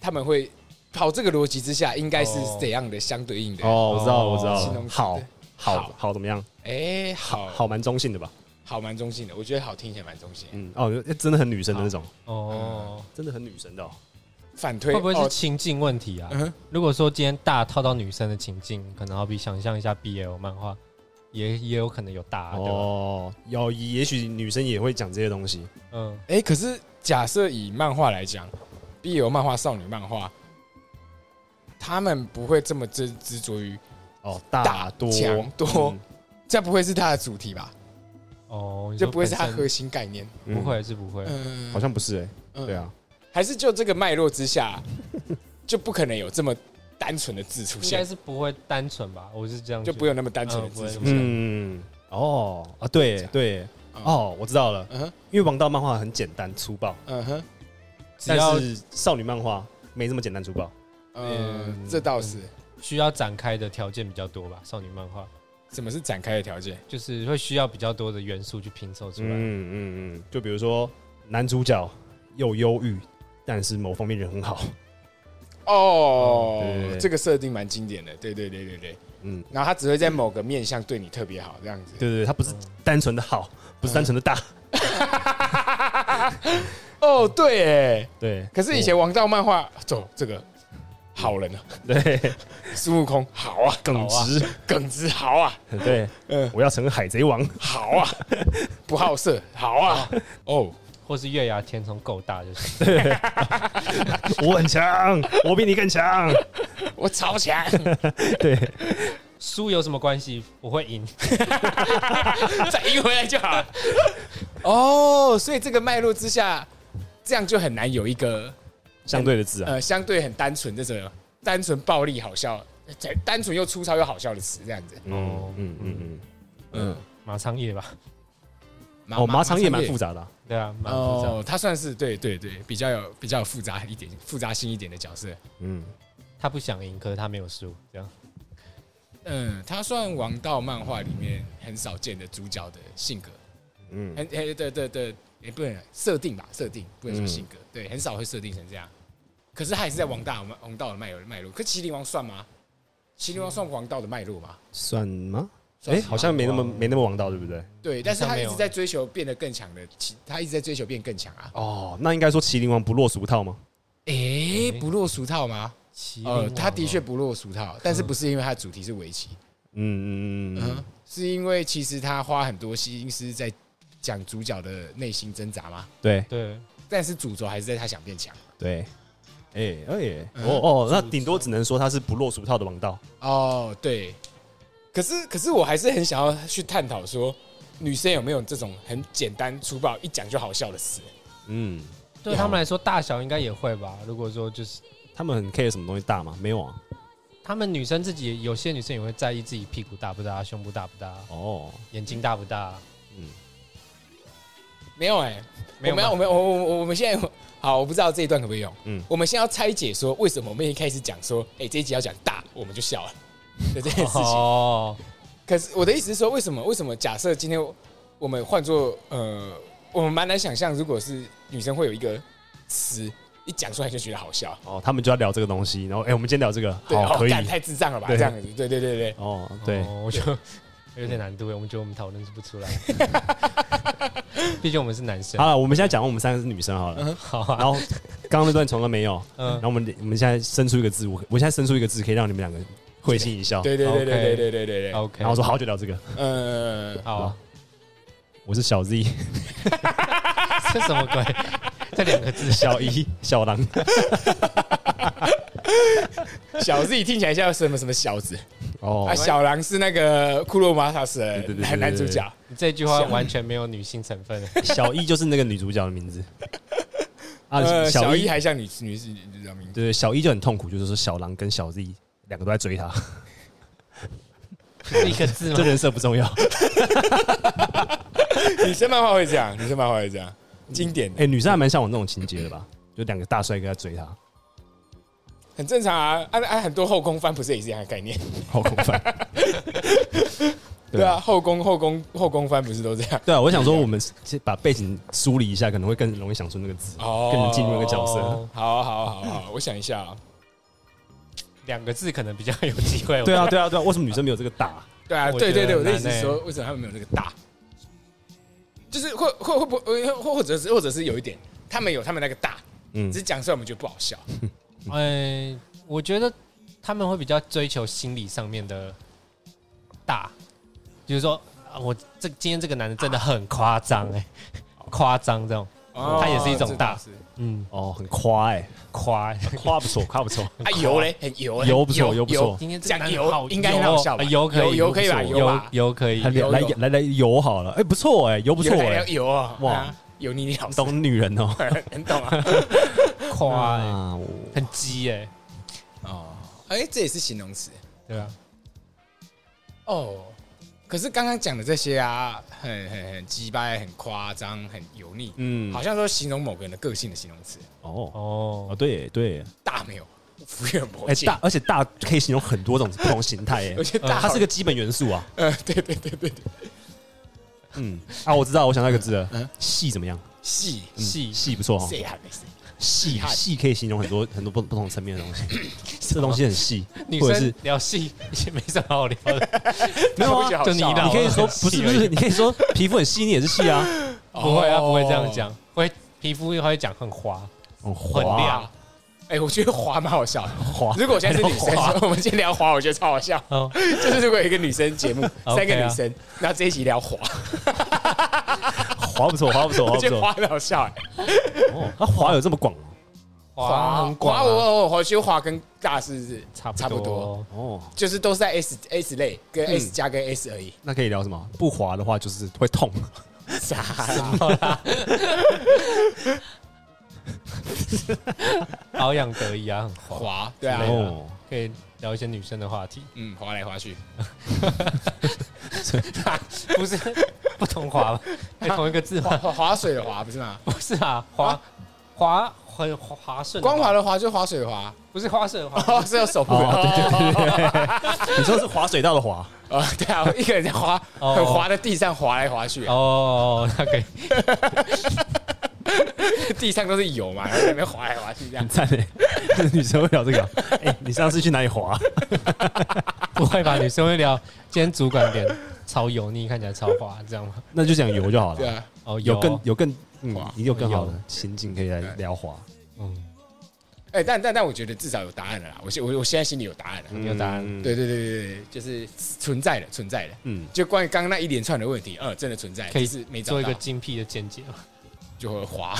[SPEAKER 3] 他们会跑这个逻辑之下，应该是
[SPEAKER 2] 哦
[SPEAKER 3] 怎样的相对应的？
[SPEAKER 1] 哦，我知道，我知
[SPEAKER 3] 形
[SPEAKER 1] 道
[SPEAKER 3] 容
[SPEAKER 1] 了，
[SPEAKER 3] 词
[SPEAKER 1] 好
[SPEAKER 3] 对，
[SPEAKER 1] 好
[SPEAKER 3] 好，
[SPEAKER 1] 好，怎么样？
[SPEAKER 3] 哎，好
[SPEAKER 1] 好，蛮中性的吧？
[SPEAKER 3] 好蛮中性的，我觉得好听起来蛮中性的。
[SPEAKER 1] 嗯，哦，真的很女生的那种，
[SPEAKER 2] 哦，
[SPEAKER 1] 真的很女生的哦。
[SPEAKER 3] 反推
[SPEAKER 2] 会不会是
[SPEAKER 3] 哦
[SPEAKER 2] 情境问题啊
[SPEAKER 3] 嗯？哼
[SPEAKER 2] 如果说今天大套到女生的情境，可能好比想象一下 BL 漫画，也也有可能有大、啊，对吧？
[SPEAKER 1] 哦，有，也许女生也会讲这些东西。
[SPEAKER 2] 嗯，
[SPEAKER 3] 哎、可是假设以漫画来讲，BL 漫画、少女漫画，他们不会这么执执着于，
[SPEAKER 1] 哦，
[SPEAKER 3] 大
[SPEAKER 1] 多
[SPEAKER 3] 强多这不会是它的主题吧？
[SPEAKER 2] 哦，你
[SPEAKER 3] 这
[SPEAKER 2] 说
[SPEAKER 3] 不会是它
[SPEAKER 2] 本身
[SPEAKER 3] 核心概念？
[SPEAKER 1] 嗯
[SPEAKER 2] 不，会是不会，
[SPEAKER 3] 嗯，
[SPEAKER 1] 嗯好像不是哎。
[SPEAKER 3] 嗯
[SPEAKER 1] 对，啊，
[SPEAKER 3] 还是就这个脉络之下，就不可能有这么单纯的字出
[SPEAKER 2] 应该
[SPEAKER 3] 现，
[SPEAKER 2] 是不会单纯吧？我是这样觉
[SPEAKER 3] 就
[SPEAKER 2] 得，
[SPEAKER 3] 不会有那么单纯的字出现。
[SPEAKER 1] 嗯，哦，啊，对对，
[SPEAKER 3] 嗯
[SPEAKER 1] 哦，我知道了，
[SPEAKER 3] 嗯哼，
[SPEAKER 1] 因为王道漫画很简单粗暴，
[SPEAKER 3] 嗯哼，
[SPEAKER 2] 只要
[SPEAKER 1] 但是少女漫画没这么简单粗暴。
[SPEAKER 3] 嗯，
[SPEAKER 2] 嗯
[SPEAKER 3] 这倒是。
[SPEAKER 2] 需要展开的条件比较多吧？少女漫画
[SPEAKER 3] 什么是展开的条件？
[SPEAKER 2] 就是会需要比较多的元素去拼凑出来。
[SPEAKER 1] 嗯嗯嗯，就比如说男主角又忧郁，但是某方面人很好。
[SPEAKER 3] 哦
[SPEAKER 1] 嗯对对，对
[SPEAKER 3] 这个设定蛮经典的，对对对对对。
[SPEAKER 1] 嗯，
[SPEAKER 3] 然后他只会在某个面向对你特别好，这样子。
[SPEAKER 1] 对对对，他不是单纯的好，不是单纯的大。
[SPEAKER 3] 哦，对，哎，
[SPEAKER 1] 对，
[SPEAKER 3] 可是以前王道漫画，
[SPEAKER 1] 哦
[SPEAKER 3] 走这个好人啊，
[SPEAKER 1] 对
[SPEAKER 3] 孙悟空好啊，
[SPEAKER 1] 耿直，
[SPEAKER 3] 耿直好啊，
[SPEAKER 1] 对
[SPEAKER 3] 嗯，
[SPEAKER 1] 我要成为海贼王。
[SPEAKER 3] 好啊，不好色好啊，哦，
[SPEAKER 2] 或是月牙天虫够大就 行。
[SPEAKER 1] 我很强，我比你更强。
[SPEAKER 3] 我超强，
[SPEAKER 1] 对，
[SPEAKER 2] 输有什么关系？我会赢。
[SPEAKER 3] 再赢回来就好了。哦，所以这个脉络之下，这样就很难有一个
[SPEAKER 1] 相对的啊自然，
[SPEAKER 3] 呃，相对很单纯这种单纯暴力好笑，呃单纯又粗糙又好笑的词，这样子。
[SPEAKER 1] 嗯嗯嗯嗯，
[SPEAKER 3] 嗯，
[SPEAKER 2] 马长叶吧？
[SPEAKER 1] 哦，马场也蛮复
[SPEAKER 3] 杂。
[SPEAKER 1] 杂的啊，
[SPEAKER 2] 对啊，蛮复杂的。
[SPEAKER 3] 哦，他算是对对对，比较有比较有复杂一点、复杂性一点的角色。
[SPEAKER 1] 嗯，
[SPEAKER 2] 他不想赢，可是他没有输，这样。
[SPEAKER 3] 嗯，他算王道漫画里面很少见的主角的性格，
[SPEAKER 1] 嗯
[SPEAKER 3] 很很对对对，也不能设定吧，设定不能说性格，对，很少会设定成这样。可是他也是在王道王道的脉络脉络，可麒麟王算吗？麒麟王算王道的脉络吗？
[SPEAKER 1] 算吗？
[SPEAKER 3] 算
[SPEAKER 1] 哎，
[SPEAKER 3] 是
[SPEAKER 1] 好像没那么
[SPEAKER 2] 王道
[SPEAKER 1] 没那么王道，对不对？
[SPEAKER 3] 对，但是
[SPEAKER 2] 好像
[SPEAKER 3] 他
[SPEAKER 2] 没
[SPEAKER 3] 一
[SPEAKER 2] 有
[SPEAKER 3] 直在追求变得更强的，其他一直在追求变更强啊。
[SPEAKER 1] 哦，那应该说麒麟王不落俗套吗？
[SPEAKER 3] 诶、不落俗套吗？
[SPEAKER 2] 麒麟
[SPEAKER 3] 呃，
[SPEAKER 2] 王
[SPEAKER 3] 他的
[SPEAKER 2] 哦
[SPEAKER 3] 确不落俗套，但是不是因为他的主题是围棋，
[SPEAKER 1] 嗯嗯嗯
[SPEAKER 3] 嗯，是因为其实他花很多心思在讲主角的内心挣扎吗？
[SPEAKER 1] 对
[SPEAKER 2] 对，
[SPEAKER 3] 但是主轴还是在他想变强
[SPEAKER 1] 对，哎哎
[SPEAKER 3] 嗯
[SPEAKER 1] 哦哦，那顶多只能说他是不落俗套的王道，
[SPEAKER 3] 哦，对。可是，可是我还是很想要去探讨说，女生有没有这种很简单粗暴、一讲就好笑的词？
[SPEAKER 1] 嗯，
[SPEAKER 2] 对他们来说，大小应该也会吧。如果说就是
[SPEAKER 1] 他们很 care 什么东西大吗？没有啊，
[SPEAKER 2] 他们女生自己也，有些女生也会在意自己屁股大不大、胸部大不大、
[SPEAKER 1] 哦，
[SPEAKER 2] 眼睛大不大。
[SPEAKER 1] 嗯，
[SPEAKER 3] 没有哎、
[SPEAKER 2] 没有吗
[SPEAKER 3] 我们要我们我我我们现在好，我不知道这一段可不可以用。
[SPEAKER 1] 嗯
[SPEAKER 3] 嗯，我们先要拆解说，为什么我们一开始讲说，哎、这一集要讲大，我们就笑 了的这件事情。
[SPEAKER 2] 哦，
[SPEAKER 3] 可是我的意思是说，为什么？为什么？假设今天我们换做呃，我们蛮难想象，如果是女生会有一个词一讲出来就觉得好笑，
[SPEAKER 1] 哦，他们就要聊这个东西，然后哎，我们今天聊这个，
[SPEAKER 3] 对，
[SPEAKER 1] 好，
[SPEAKER 3] 哦
[SPEAKER 1] 可以，
[SPEAKER 3] 干太智障了吧？
[SPEAKER 1] 对
[SPEAKER 3] 这样子，对对对对，
[SPEAKER 1] 哦，对
[SPEAKER 2] 哦，我觉得 有点难度耶，我们觉得我们讨论不出来， 毕竟我们是男生
[SPEAKER 1] 好。了，我们现在讲我们三个是女生好了，
[SPEAKER 2] 好
[SPEAKER 1] 然
[SPEAKER 2] 啊，
[SPEAKER 1] 后刚刚那段从来没有，
[SPEAKER 2] 嗯
[SPEAKER 1] 然后我们我们现在生出一个字，我我现在生出一个字，可以让你们两个会心一笑，
[SPEAKER 3] 对对对对
[SPEAKER 2] OK
[SPEAKER 3] 对对对对对，
[SPEAKER 2] ，OK，
[SPEAKER 1] 然后说好就聊这个，
[SPEAKER 3] 呃，
[SPEAKER 2] 好啊，
[SPEAKER 1] 我是小 Z，
[SPEAKER 2] 这什么鬼？这两个字
[SPEAKER 1] 小一，小狼，
[SPEAKER 3] 小 Z 听起来像什么什么小子
[SPEAKER 1] 哦
[SPEAKER 3] 啊？小狼是那个库洛马塔斯
[SPEAKER 1] 对对对对
[SPEAKER 3] 男男主角，
[SPEAKER 2] 你这句话完全没有女性成分。
[SPEAKER 1] 小一就是那个女主角的名 字。啊，
[SPEAKER 3] 呃，
[SPEAKER 1] 小
[SPEAKER 3] 小
[SPEAKER 1] 一
[SPEAKER 3] 一还像女女女人名，
[SPEAKER 1] 对，小一就很痛苦，就是说小狼跟小 Z 两个都在追 他，
[SPEAKER 2] 是一个字
[SPEAKER 1] 这
[SPEAKER 2] 吗？
[SPEAKER 1] 人设不重 要。
[SPEAKER 3] 女生漫画会这样，女生漫画会这样，经典
[SPEAKER 1] 哎、女生还蛮向往那种情节的吧？就两个大帅哥在追她，
[SPEAKER 3] 很正常啊，按按很多后空翻不是也是一样的概念？
[SPEAKER 1] 好恐 怖。
[SPEAKER 3] 对啊，，后宫后宫后宫翻不是都这样？
[SPEAKER 1] 对啊，我想说，我们先把背景梳理一下，可能会更容易想出那个字，
[SPEAKER 3] 哦
[SPEAKER 1] 更能进入那个角
[SPEAKER 2] 哦
[SPEAKER 1] 色。
[SPEAKER 3] 好啊好好好，我想一下啊。
[SPEAKER 2] 两个字可能比较有机会。
[SPEAKER 1] 对啊，对啊，对啊，为什么女生没有这个大？
[SPEAKER 3] 对啊，
[SPEAKER 2] 我
[SPEAKER 3] 对对
[SPEAKER 2] 觉得
[SPEAKER 3] 对，我的意
[SPEAKER 2] 很
[SPEAKER 3] 思
[SPEAKER 2] 难欸
[SPEAKER 3] 是说，为什么他们没有那个大？就是会会会不会或或者是或者是有一点，他们有他们那个大，
[SPEAKER 1] 嗯
[SPEAKER 3] 只是讲出来我们觉得不好笑。
[SPEAKER 2] 嗯，我觉得他们会比较追求心理上面的大，就是说，啊我这今天这个男的真的很夸张哎，夸张这种，
[SPEAKER 3] 哦
[SPEAKER 2] 它也是一种大
[SPEAKER 3] 这倒是啊
[SPEAKER 2] 嗯，
[SPEAKER 1] 哦，很夸哎、
[SPEAKER 2] 夸。
[SPEAKER 1] 夸不错，夸不错，
[SPEAKER 3] 啊油嘞，很油嘞，
[SPEAKER 1] 油不错，油不
[SPEAKER 3] 油
[SPEAKER 1] 错，
[SPEAKER 2] 今天这个
[SPEAKER 3] 讲
[SPEAKER 2] 男的好
[SPEAKER 3] 油应该很好笑吧？
[SPEAKER 2] 哦油可以，
[SPEAKER 3] 油可以吧？
[SPEAKER 2] 油
[SPEAKER 3] 油吧，
[SPEAKER 2] 油可以
[SPEAKER 1] 还。来
[SPEAKER 3] 油
[SPEAKER 1] 来
[SPEAKER 3] 油
[SPEAKER 1] 来来油好了，哎、不错哎、油不错
[SPEAKER 3] 油
[SPEAKER 1] 哎、
[SPEAKER 3] 还要油啊！
[SPEAKER 1] 哇
[SPEAKER 3] 哇，油腻腻好 懂，
[SPEAKER 1] 懂女人哦、
[SPEAKER 3] 很懂啊。
[SPEAKER 2] 夸欸，
[SPEAKER 1] 啊，我
[SPEAKER 2] 很鸡哎，
[SPEAKER 3] 哦，哎，这也是形容词。
[SPEAKER 2] 对啊，
[SPEAKER 3] 哦，可是刚刚讲的这些啊，很很很鸡掰、很夸张、很油腻，
[SPEAKER 1] 嗯，
[SPEAKER 3] 好像说形容某个人的个性的形容词，
[SPEAKER 1] 哦
[SPEAKER 2] 哦
[SPEAKER 1] 哦，，对对，
[SPEAKER 3] 大没有，福原摩
[SPEAKER 1] 哎、
[SPEAKER 3] 界
[SPEAKER 1] 大，，而且大可以形容很多种不同形态哎、
[SPEAKER 3] 而且大
[SPEAKER 1] 它
[SPEAKER 3] 好
[SPEAKER 1] 是个，基本元素啊。
[SPEAKER 3] 呃，对对对对对，
[SPEAKER 1] 嗯啊，我知道，我想到一个字
[SPEAKER 3] 嗯
[SPEAKER 1] 了，戏怎么样？
[SPEAKER 3] 细
[SPEAKER 2] 细
[SPEAKER 1] 戏不错哦，
[SPEAKER 3] 谁还没谁，
[SPEAKER 1] 戏
[SPEAKER 3] 汉
[SPEAKER 1] 戏可以形容很多很多不不同层面的东 西，这东西很细，
[SPEAKER 2] 女
[SPEAKER 1] 或者
[SPEAKER 2] 生
[SPEAKER 1] 是
[SPEAKER 2] 聊戏也没什么好聊的，
[SPEAKER 1] 没有
[SPEAKER 3] 我觉得
[SPEAKER 1] 啊？
[SPEAKER 3] 好
[SPEAKER 2] 就你
[SPEAKER 3] 笑啊
[SPEAKER 2] 啦
[SPEAKER 1] 你可以说
[SPEAKER 2] 我
[SPEAKER 1] 不是
[SPEAKER 2] 细
[SPEAKER 1] 不
[SPEAKER 2] 而
[SPEAKER 1] 是，
[SPEAKER 2] 已
[SPEAKER 1] 你可以说皮肤很细腻也是细啊，
[SPEAKER 2] 不会啊，不会这样
[SPEAKER 3] 哦，
[SPEAKER 2] 讲，会皮肤会讲很滑，
[SPEAKER 1] 很
[SPEAKER 2] 很亮
[SPEAKER 1] 滑，
[SPEAKER 3] 哎，我觉得滑蛮好笑的。
[SPEAKER 1] 哦 滑。
[SPEAKER 3] 如果我现在是女生
[SPEAKER 2] 滑，
[SPEAKER 3] 我们先聊滑，我觉得超好笑。
[SPEAKER 2] 哦，
[SPEAKER 3] 就是如果有一个女生节目，
[SPEAKER 2] OK 啊
[SPEAKER 3] 三个女生，然后这一集聊滑，
[SPEAKER 1] 滑不错，滑不错，滑
[SPEAKER 3] 我
[SPEAKER 1] 不
[SPEAKER 3] 觉得
[SPEAKER 1] 错。
[SPEAKER 3] 滑很好笑。哎
[SPEAKER 1] 哦，它滑有这么广
[SPEAKER 2] 滑很广啊，
[SPEAKER 3] 滑我我我觉得滑跟大是
[SPEAKER 2] 差
[SPEAKER 3] 差不多，。
[SPEAKER 1] 哦。
[SPEAKER 3] 就是都是在 S S 类跟
[SPEAKER 1] 嗯
[SPEAKER 3] S 加跟 S 而已。
[SPEAKER 1] 那可以聊什么？不滑的话就是会痛，
[SPEAKER 3] 啥？
[SPEAKER 2] 好啦，保养得宜啊，很滑。
[SPEAKER 3] 滑，对啊
[SPEAKER 2] 之，类的
[SPEAKER 1] 哦，
[SPEAKER 2] 可以聊一些女生的话题，
[SPEAKER 3] 嗯，滑来滑去，
[SPEAKER 2] 不是 不 同滑吧？哎同一个字
[SPEAKER 3] 滑
[SPEAKER 2] 吗？
[SPEAKER 3] 滑滑水的滑不是吗？
[SPEAKER 2] 不是啊，滑滑很滑顺，
[SPEAKER 3] 光滑的滑就是滑水的滑，
[SPEAKER 2] 不是滑顺的滑，
[SPEAKER 3] 哦，是有手部
[SPEAKER 1] 哦
[SPEAKER 3] 的
[SPEAKER 1] 对对对对，你说是滑水道的滑，
[SPEAKER 3] 哦，对啊，我一个人在滑，
[SPEAKER 2] 哦
[SPEAKER 3] 很滑的地上滑来滑 去，
[SPEAKER 2] 哦，那可以，
[SPEAKER 3] 地上都是油嘛，然后在那边滑来滑去这 样
[SPEAKER 1] 很。
[SPEAKER 2] 嗯
[SPEAKER 1] 赞 哎，女生会聊 这个啊，哎，你上次去哪里滑？
[SPEAKER 2] 不会吧？女生会聊，今天主管脸超油腻，看起来超滑，这样吗？
[SPEAKER 1] 那就讲游就好
[SPEAKER 3] 对
[SPEAKER 1] 了，
[SPEAKER 3] 啊，
[SPEAKER 2] 哦，
[SPEAKER 1] 有更
[SPEAKER 2] 哦
[SPEAKER 1] 有更嗯
[SPEAKER 3] 滑，
[SPEAKER 1] 你有更好
[SPEAKER 2] 有
[SPEAKER 1] 的情景可以来聊滑，
[SPEAKER 2] 嗯，
[SPEAKER 3] 哎、但但但我觉得至少有答案了啦，我现我我现在心里有答案了。
[SPEAKER 2] 有答案
[SPEAKER 1] 嗯
[SPEAKER 3] 对对对对对，就是存在的存在的。
[SPEAKER 1] 嗯，
[SPEAKER 3] 就关于刚刚那一连串的问题，呃，真的存在，
[SPEAKER 2] 可以
[SPEAKER 3] 只是没找
[SPEAKER 2] 做一个
[SPEAKER 3] 到
[SPEAKER 2] 精辟的见解吗？
[SPEAKER 3] 就会滑。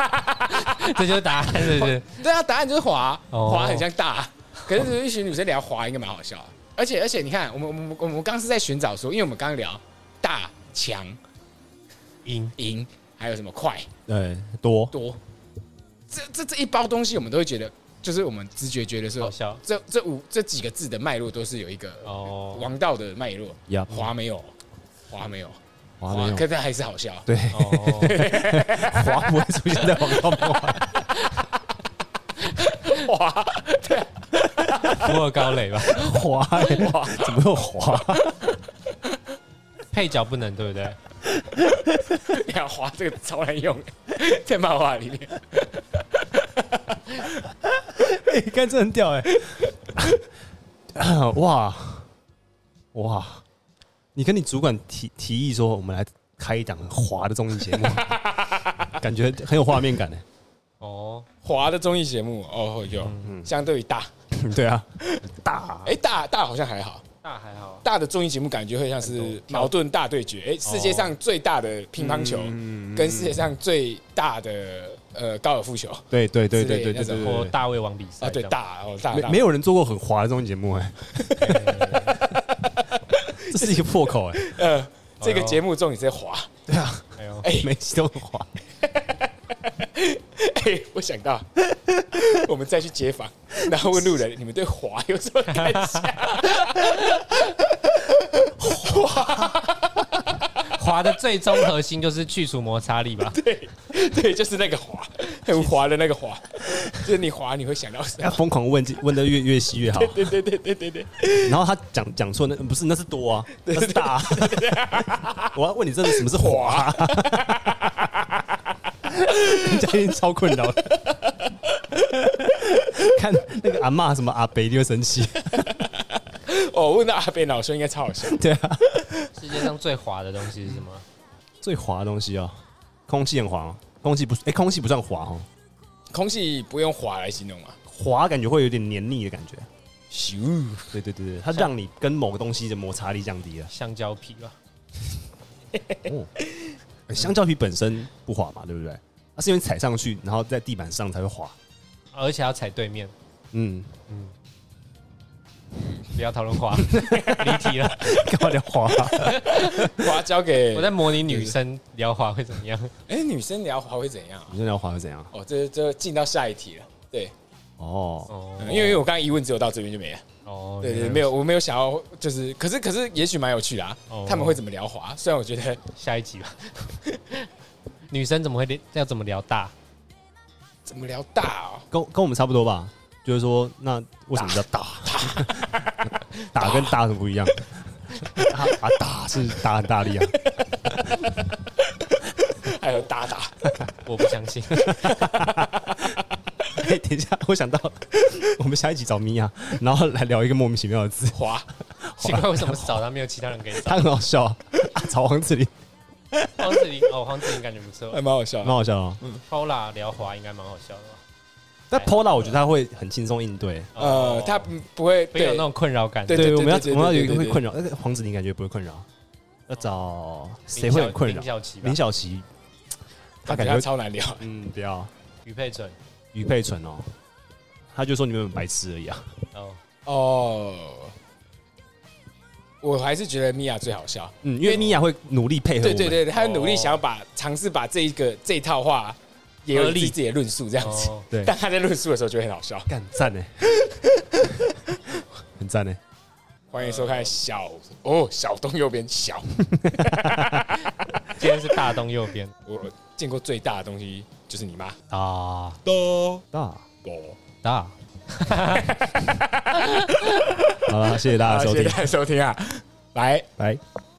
[SPEAKER 2] 这就是答案，是不是？
[SPEAKER 3] 对啊，答案就是滑，
[SPEAKER 2] 哦
[SPEAKER 3] 滑很像大，可是一群女生聊滑应该蛮好笑的。而且而且你看，我们我们我们刚刚是在寻找说，因为我们刚刚聊大、强、
[SPEAKER 2] 赢
[SPEAKER 3] 赢，还有什么快、
[SPEAKER 1] 对，多
[SPEAKER 3] 多，这这这一包东西，我们都会觉得，就是我们直觉觉得
[SPEAKER 2] 好
[SPEAKER 3] 说，
[SPEAKER 2] 笑
[SPEAKER 3] 这这五这几个字的脉络都是有一个
[SPEAKER 2] 哦
[SPEAKER 3] 王道的脉络，
[SPEAKER 1] 呀，
[SPEAKER 3] 滑没有，滑没有，
[SPEAKER 1] 滑没有
[SPEAKER 3] 可，是还是好笑。
[SPEAKER 1] 对，
[SPEAKER 2] 哦，
[SPEAKER 1] 滑不会出现在广告漫画，
[SPEAKER 3] 滑
[SPEAKER 2] 福尔高磊吧，
[SPEAKER 1] 滑欸 怎么会滑？
[SPEAKER 2] 配角不能对不对？
[SPEAKER 3] 要啊滑这个超难用， 在漫画里面。
[SPEAKER 1] 哎，看这很屌哎、 哇哇！你跟你主管提提议说，我们来开一档滑的综艺节目，感觉很有画面感哎、
[SPEAKER 2] 哦，
[SPEAKER 3] 华的综艺节目哦，有，
[SPEAKER 1] 嗯
[SPEAKER 3] 相对于大，
[SPEAKER 1] 对啊，大
[SPEAKER 3] 哎、大大好像还好，
[SPEAKER 2] 那还好，啊
[SPEAKER 3] 大的综艺节目感觉会像是矛盾大对决，哎、世界
[SPEAKER 1] 哦
[SPEAKER 3] 上最大的乒乓球、
[SPEAKER 1] 嗯
[SPEAKER 3] 跟世界上最大的呃高尔 夫球
[SPEAKER 1] 对对对
[SPEAKER 3] 之类
[SPEAKER 1] 对对
[SPEAKER 3] 那
[SPEAKER 1] 对
[SPEAKER 3] 种
[SPEAKER 1] 对
[SPEAKER 2] 或
[SPEAKER 1] 对
[SPEAKER 2] 大胃王比赛
[SPEAKER 3] 啊，对
[SPEAKER 2] 这样
[SPEAKER 3] 大哦大
[SPEAKER 1] 没
[SPEAKER 3] 大
[SPEAKER 1] 没有人做过很滑的综艺节目哎、 这是一个破口哎、
[SPEAKER 3] 呃，这个节目重点在滑，
[SPEAKER 1] 对啊，
[SPEAKER 2] 哎呦，
[SPEAKER 3] 哎
[SPEAKER 1] 每期都很滑，
[SPEAKER 3] 哎、我想 到我们再去街访，然后问路人你们对滑有什么感想？
[SPEAKER 2] 滑的最终核心就是去除摩擦力吧？
[SPEAKER 3] 对对，就是那个滑，很滑的那个滑，就是你滑你会想到什
[SPEAKER 1] 要
[SPEAKER 3] 么？
[SPEAKER 1] 疯狂问问的越越细越好。
[SPEAKER 3] 对对对对对对。
[SPEAKER 1] 然后他讲讲错那不是那是多啊，那是大、啊。我要问你，真的什么是滑、 啊？人家已经超困扰了。看那个阿嬷什么阿伯就会生气，
[SPEAKER 3] 哦，问到阿北老师应该超好笑。
[SPEAKER 1] 对啊，
[SPEAKER 2] 世界上最滑的东西是什么？
[SPEAKER 1] 最滑的东西啊，空气很滑哦，空气不哎、空气不算滑哦，
[SPEAKER 3] 空气不用滑来形容嘛，
[SPEAKER 1] 滑感觉会有点黏腻的感觉。
[SPEAKER 3] 咻，
[SPEAKER 1] 对对对对，它让你跟某个东西的摩擦力降低了。
[SPEAKER 2] 香蕉皮吧？
[SPEAKER 1] 哦，欸香蕉皮本身不滑嘛，对不对？它是因为踩上去，然后在地板上才会滑。
[SPEAKER 2] 而且要踩对面，
[SPEAKER 1] 嗯，
[SPEAKER 2] 不要讨论 滑，离题了。
[SPEAKER 1] 干嘛聊滑、啊
[SPEAKER 3] 滑交给
[SPEAKER 2] 我在模拟女生聊滑会怎么样？
[SPEAKER 3] 哎、女生聊滑会怎样啊、
[SPEAKER 1] 女生聊滑会怎样？
[SPEAKER 3] 哦，这这进到下一题了。对，
[SPEAKER 1] 哦，
[SPEAKER 2] 哦
[SPEAKER 3] 嗯因为因为我刚刚疑问只有到这边就没了。
[SPEAKER 2] 哦
[SPEAKER 3] 对对，没有，我没有想要，就是，可是可是，也许蛮有趣的啊
[SPEAKER 2] 哦。
[SPEAKER 3] 他们会怎么聊滑？虽然我觉得
[SPEAKER 2] 下一集吧。 女生怎么会要怎么聊大？
[SPEAKER 3] 怎么聊大哦，
[SPEAKER 1] 跟跟我们差不多吧。就是说，那为什么叫打？ 打跟大是不一 样。打啊打是打很大 力啊，
[SPEAKER 3] 还有 大大，
[SPEAKER 2] 我不相 信。
[SPEAKER 1] 哎，等一下，我想到我们下一集找米娅，然后来聊一个莫名其妙的字，
[SPEAKER 3] 滑
[SPEAKER 2] 奇怪，为什么找他没有其他人可以找？
[SPEAKER 1] 他很好笑啊，啊找王志林，
[SPEAKER 2] 黄子玲哦，黄子玲感觉不错
[SPEAKER 3] 还。蛮好笑
[SPEAKER 1] 蛮
[SPEAKER 3] 的。
[SPEAKER 1] 好笑哦。
[SPEAKER 2] Pola 聊滑应该蛮好笑的吧。
[SPEAKER 1] 但 Pola 我觉得他会很轻松应对，
[SPEAKER 3] 呃
[SPEAKER 2] 哦，
[SPEAKER 3] 他不不会
[SPEAKER 2] 没有
[SPEAKER 3] 对
[SPEAKER 2] 那种困扰感。
[SPEAKER 3] 对
[SPEAKER 1] 对，我们要
[SPEAKER 3] 对对
[SPEAKER 1] 我们要有一个
[SPEAKER 3] 对对
[SPEAKER 1] 会
[SPEAKER 3] 对
[SPEAKER 1] 困扰，那个黄子玲感觉不会困扰，要找谁
[SPEAKER 2] 林
[SPEAKER 1] 会
[SPEAKER 2] 小
[SPEAKER 1] 很困扰
[SPEAKER 2] 林？小琪吧
[SPEAKER 1] 林，小琪，他
[SPEAKER 3] 感
[SPEAKER 1] 感
[SPEAKER 3] 觉
[SPEAKER 1] 觉
[SPEAKER 3] 他超难聊。
[SPEAKER 1] 嗯不要
[SPEAKER 2] 余佩纯。
[SPEAKER 1] 余佩纯哦，他就说你们很白痴而已啊，
[SPEAKER 2] 哦，
[SPEAKER 3] 哦，我还是觉得米娅最好笑。
[SPEAKER 1] 嗯，因为米娅会努力配合我
[SPEAKER 3] 对
[SPEAKER 1] 们，
[SPEAKER 3] 对对，他努力
[SPEAKER 2] 哎哦
[SPEAKER 3] 想要把尝试把这一个这一套话也有
[SPEAKER 2] 合
[SPEAKER 3] 自
[SPEAKER 2] 理
[SPEAKER 3] 己的论述这样子。
[SPEAKER 2] 哦
[SPEAKER 1] 对，
[SPEAKER 3] 但他在论述的时候就会很好笑。
[SPEAKER 1] 干赞 呢，很赞欸呢。
[SPEAKER 3] 欢迎收看小哦，小东右边小，
[SPEAKER 2] 今天是大东右边
[SPEAKER 3] 我见过最大的东西就是你妈。
[SPEAKER 2] 啊，
[SPEAKER 3] 哆
[SPEAKER 1] 大
[SPEAKER 3] 哆，
[SPEAKER 2] 大
[SPEAKER 1] 好了，谢谢大家
[SPEAKER 3] 好
[SPEAKER 1] 收
[SPEAKER 3] 谢谢
[SPEAKER 1] 听，
[SPEAKER 3] 大家收听啊，来。
[SPEAKER 1] 拜。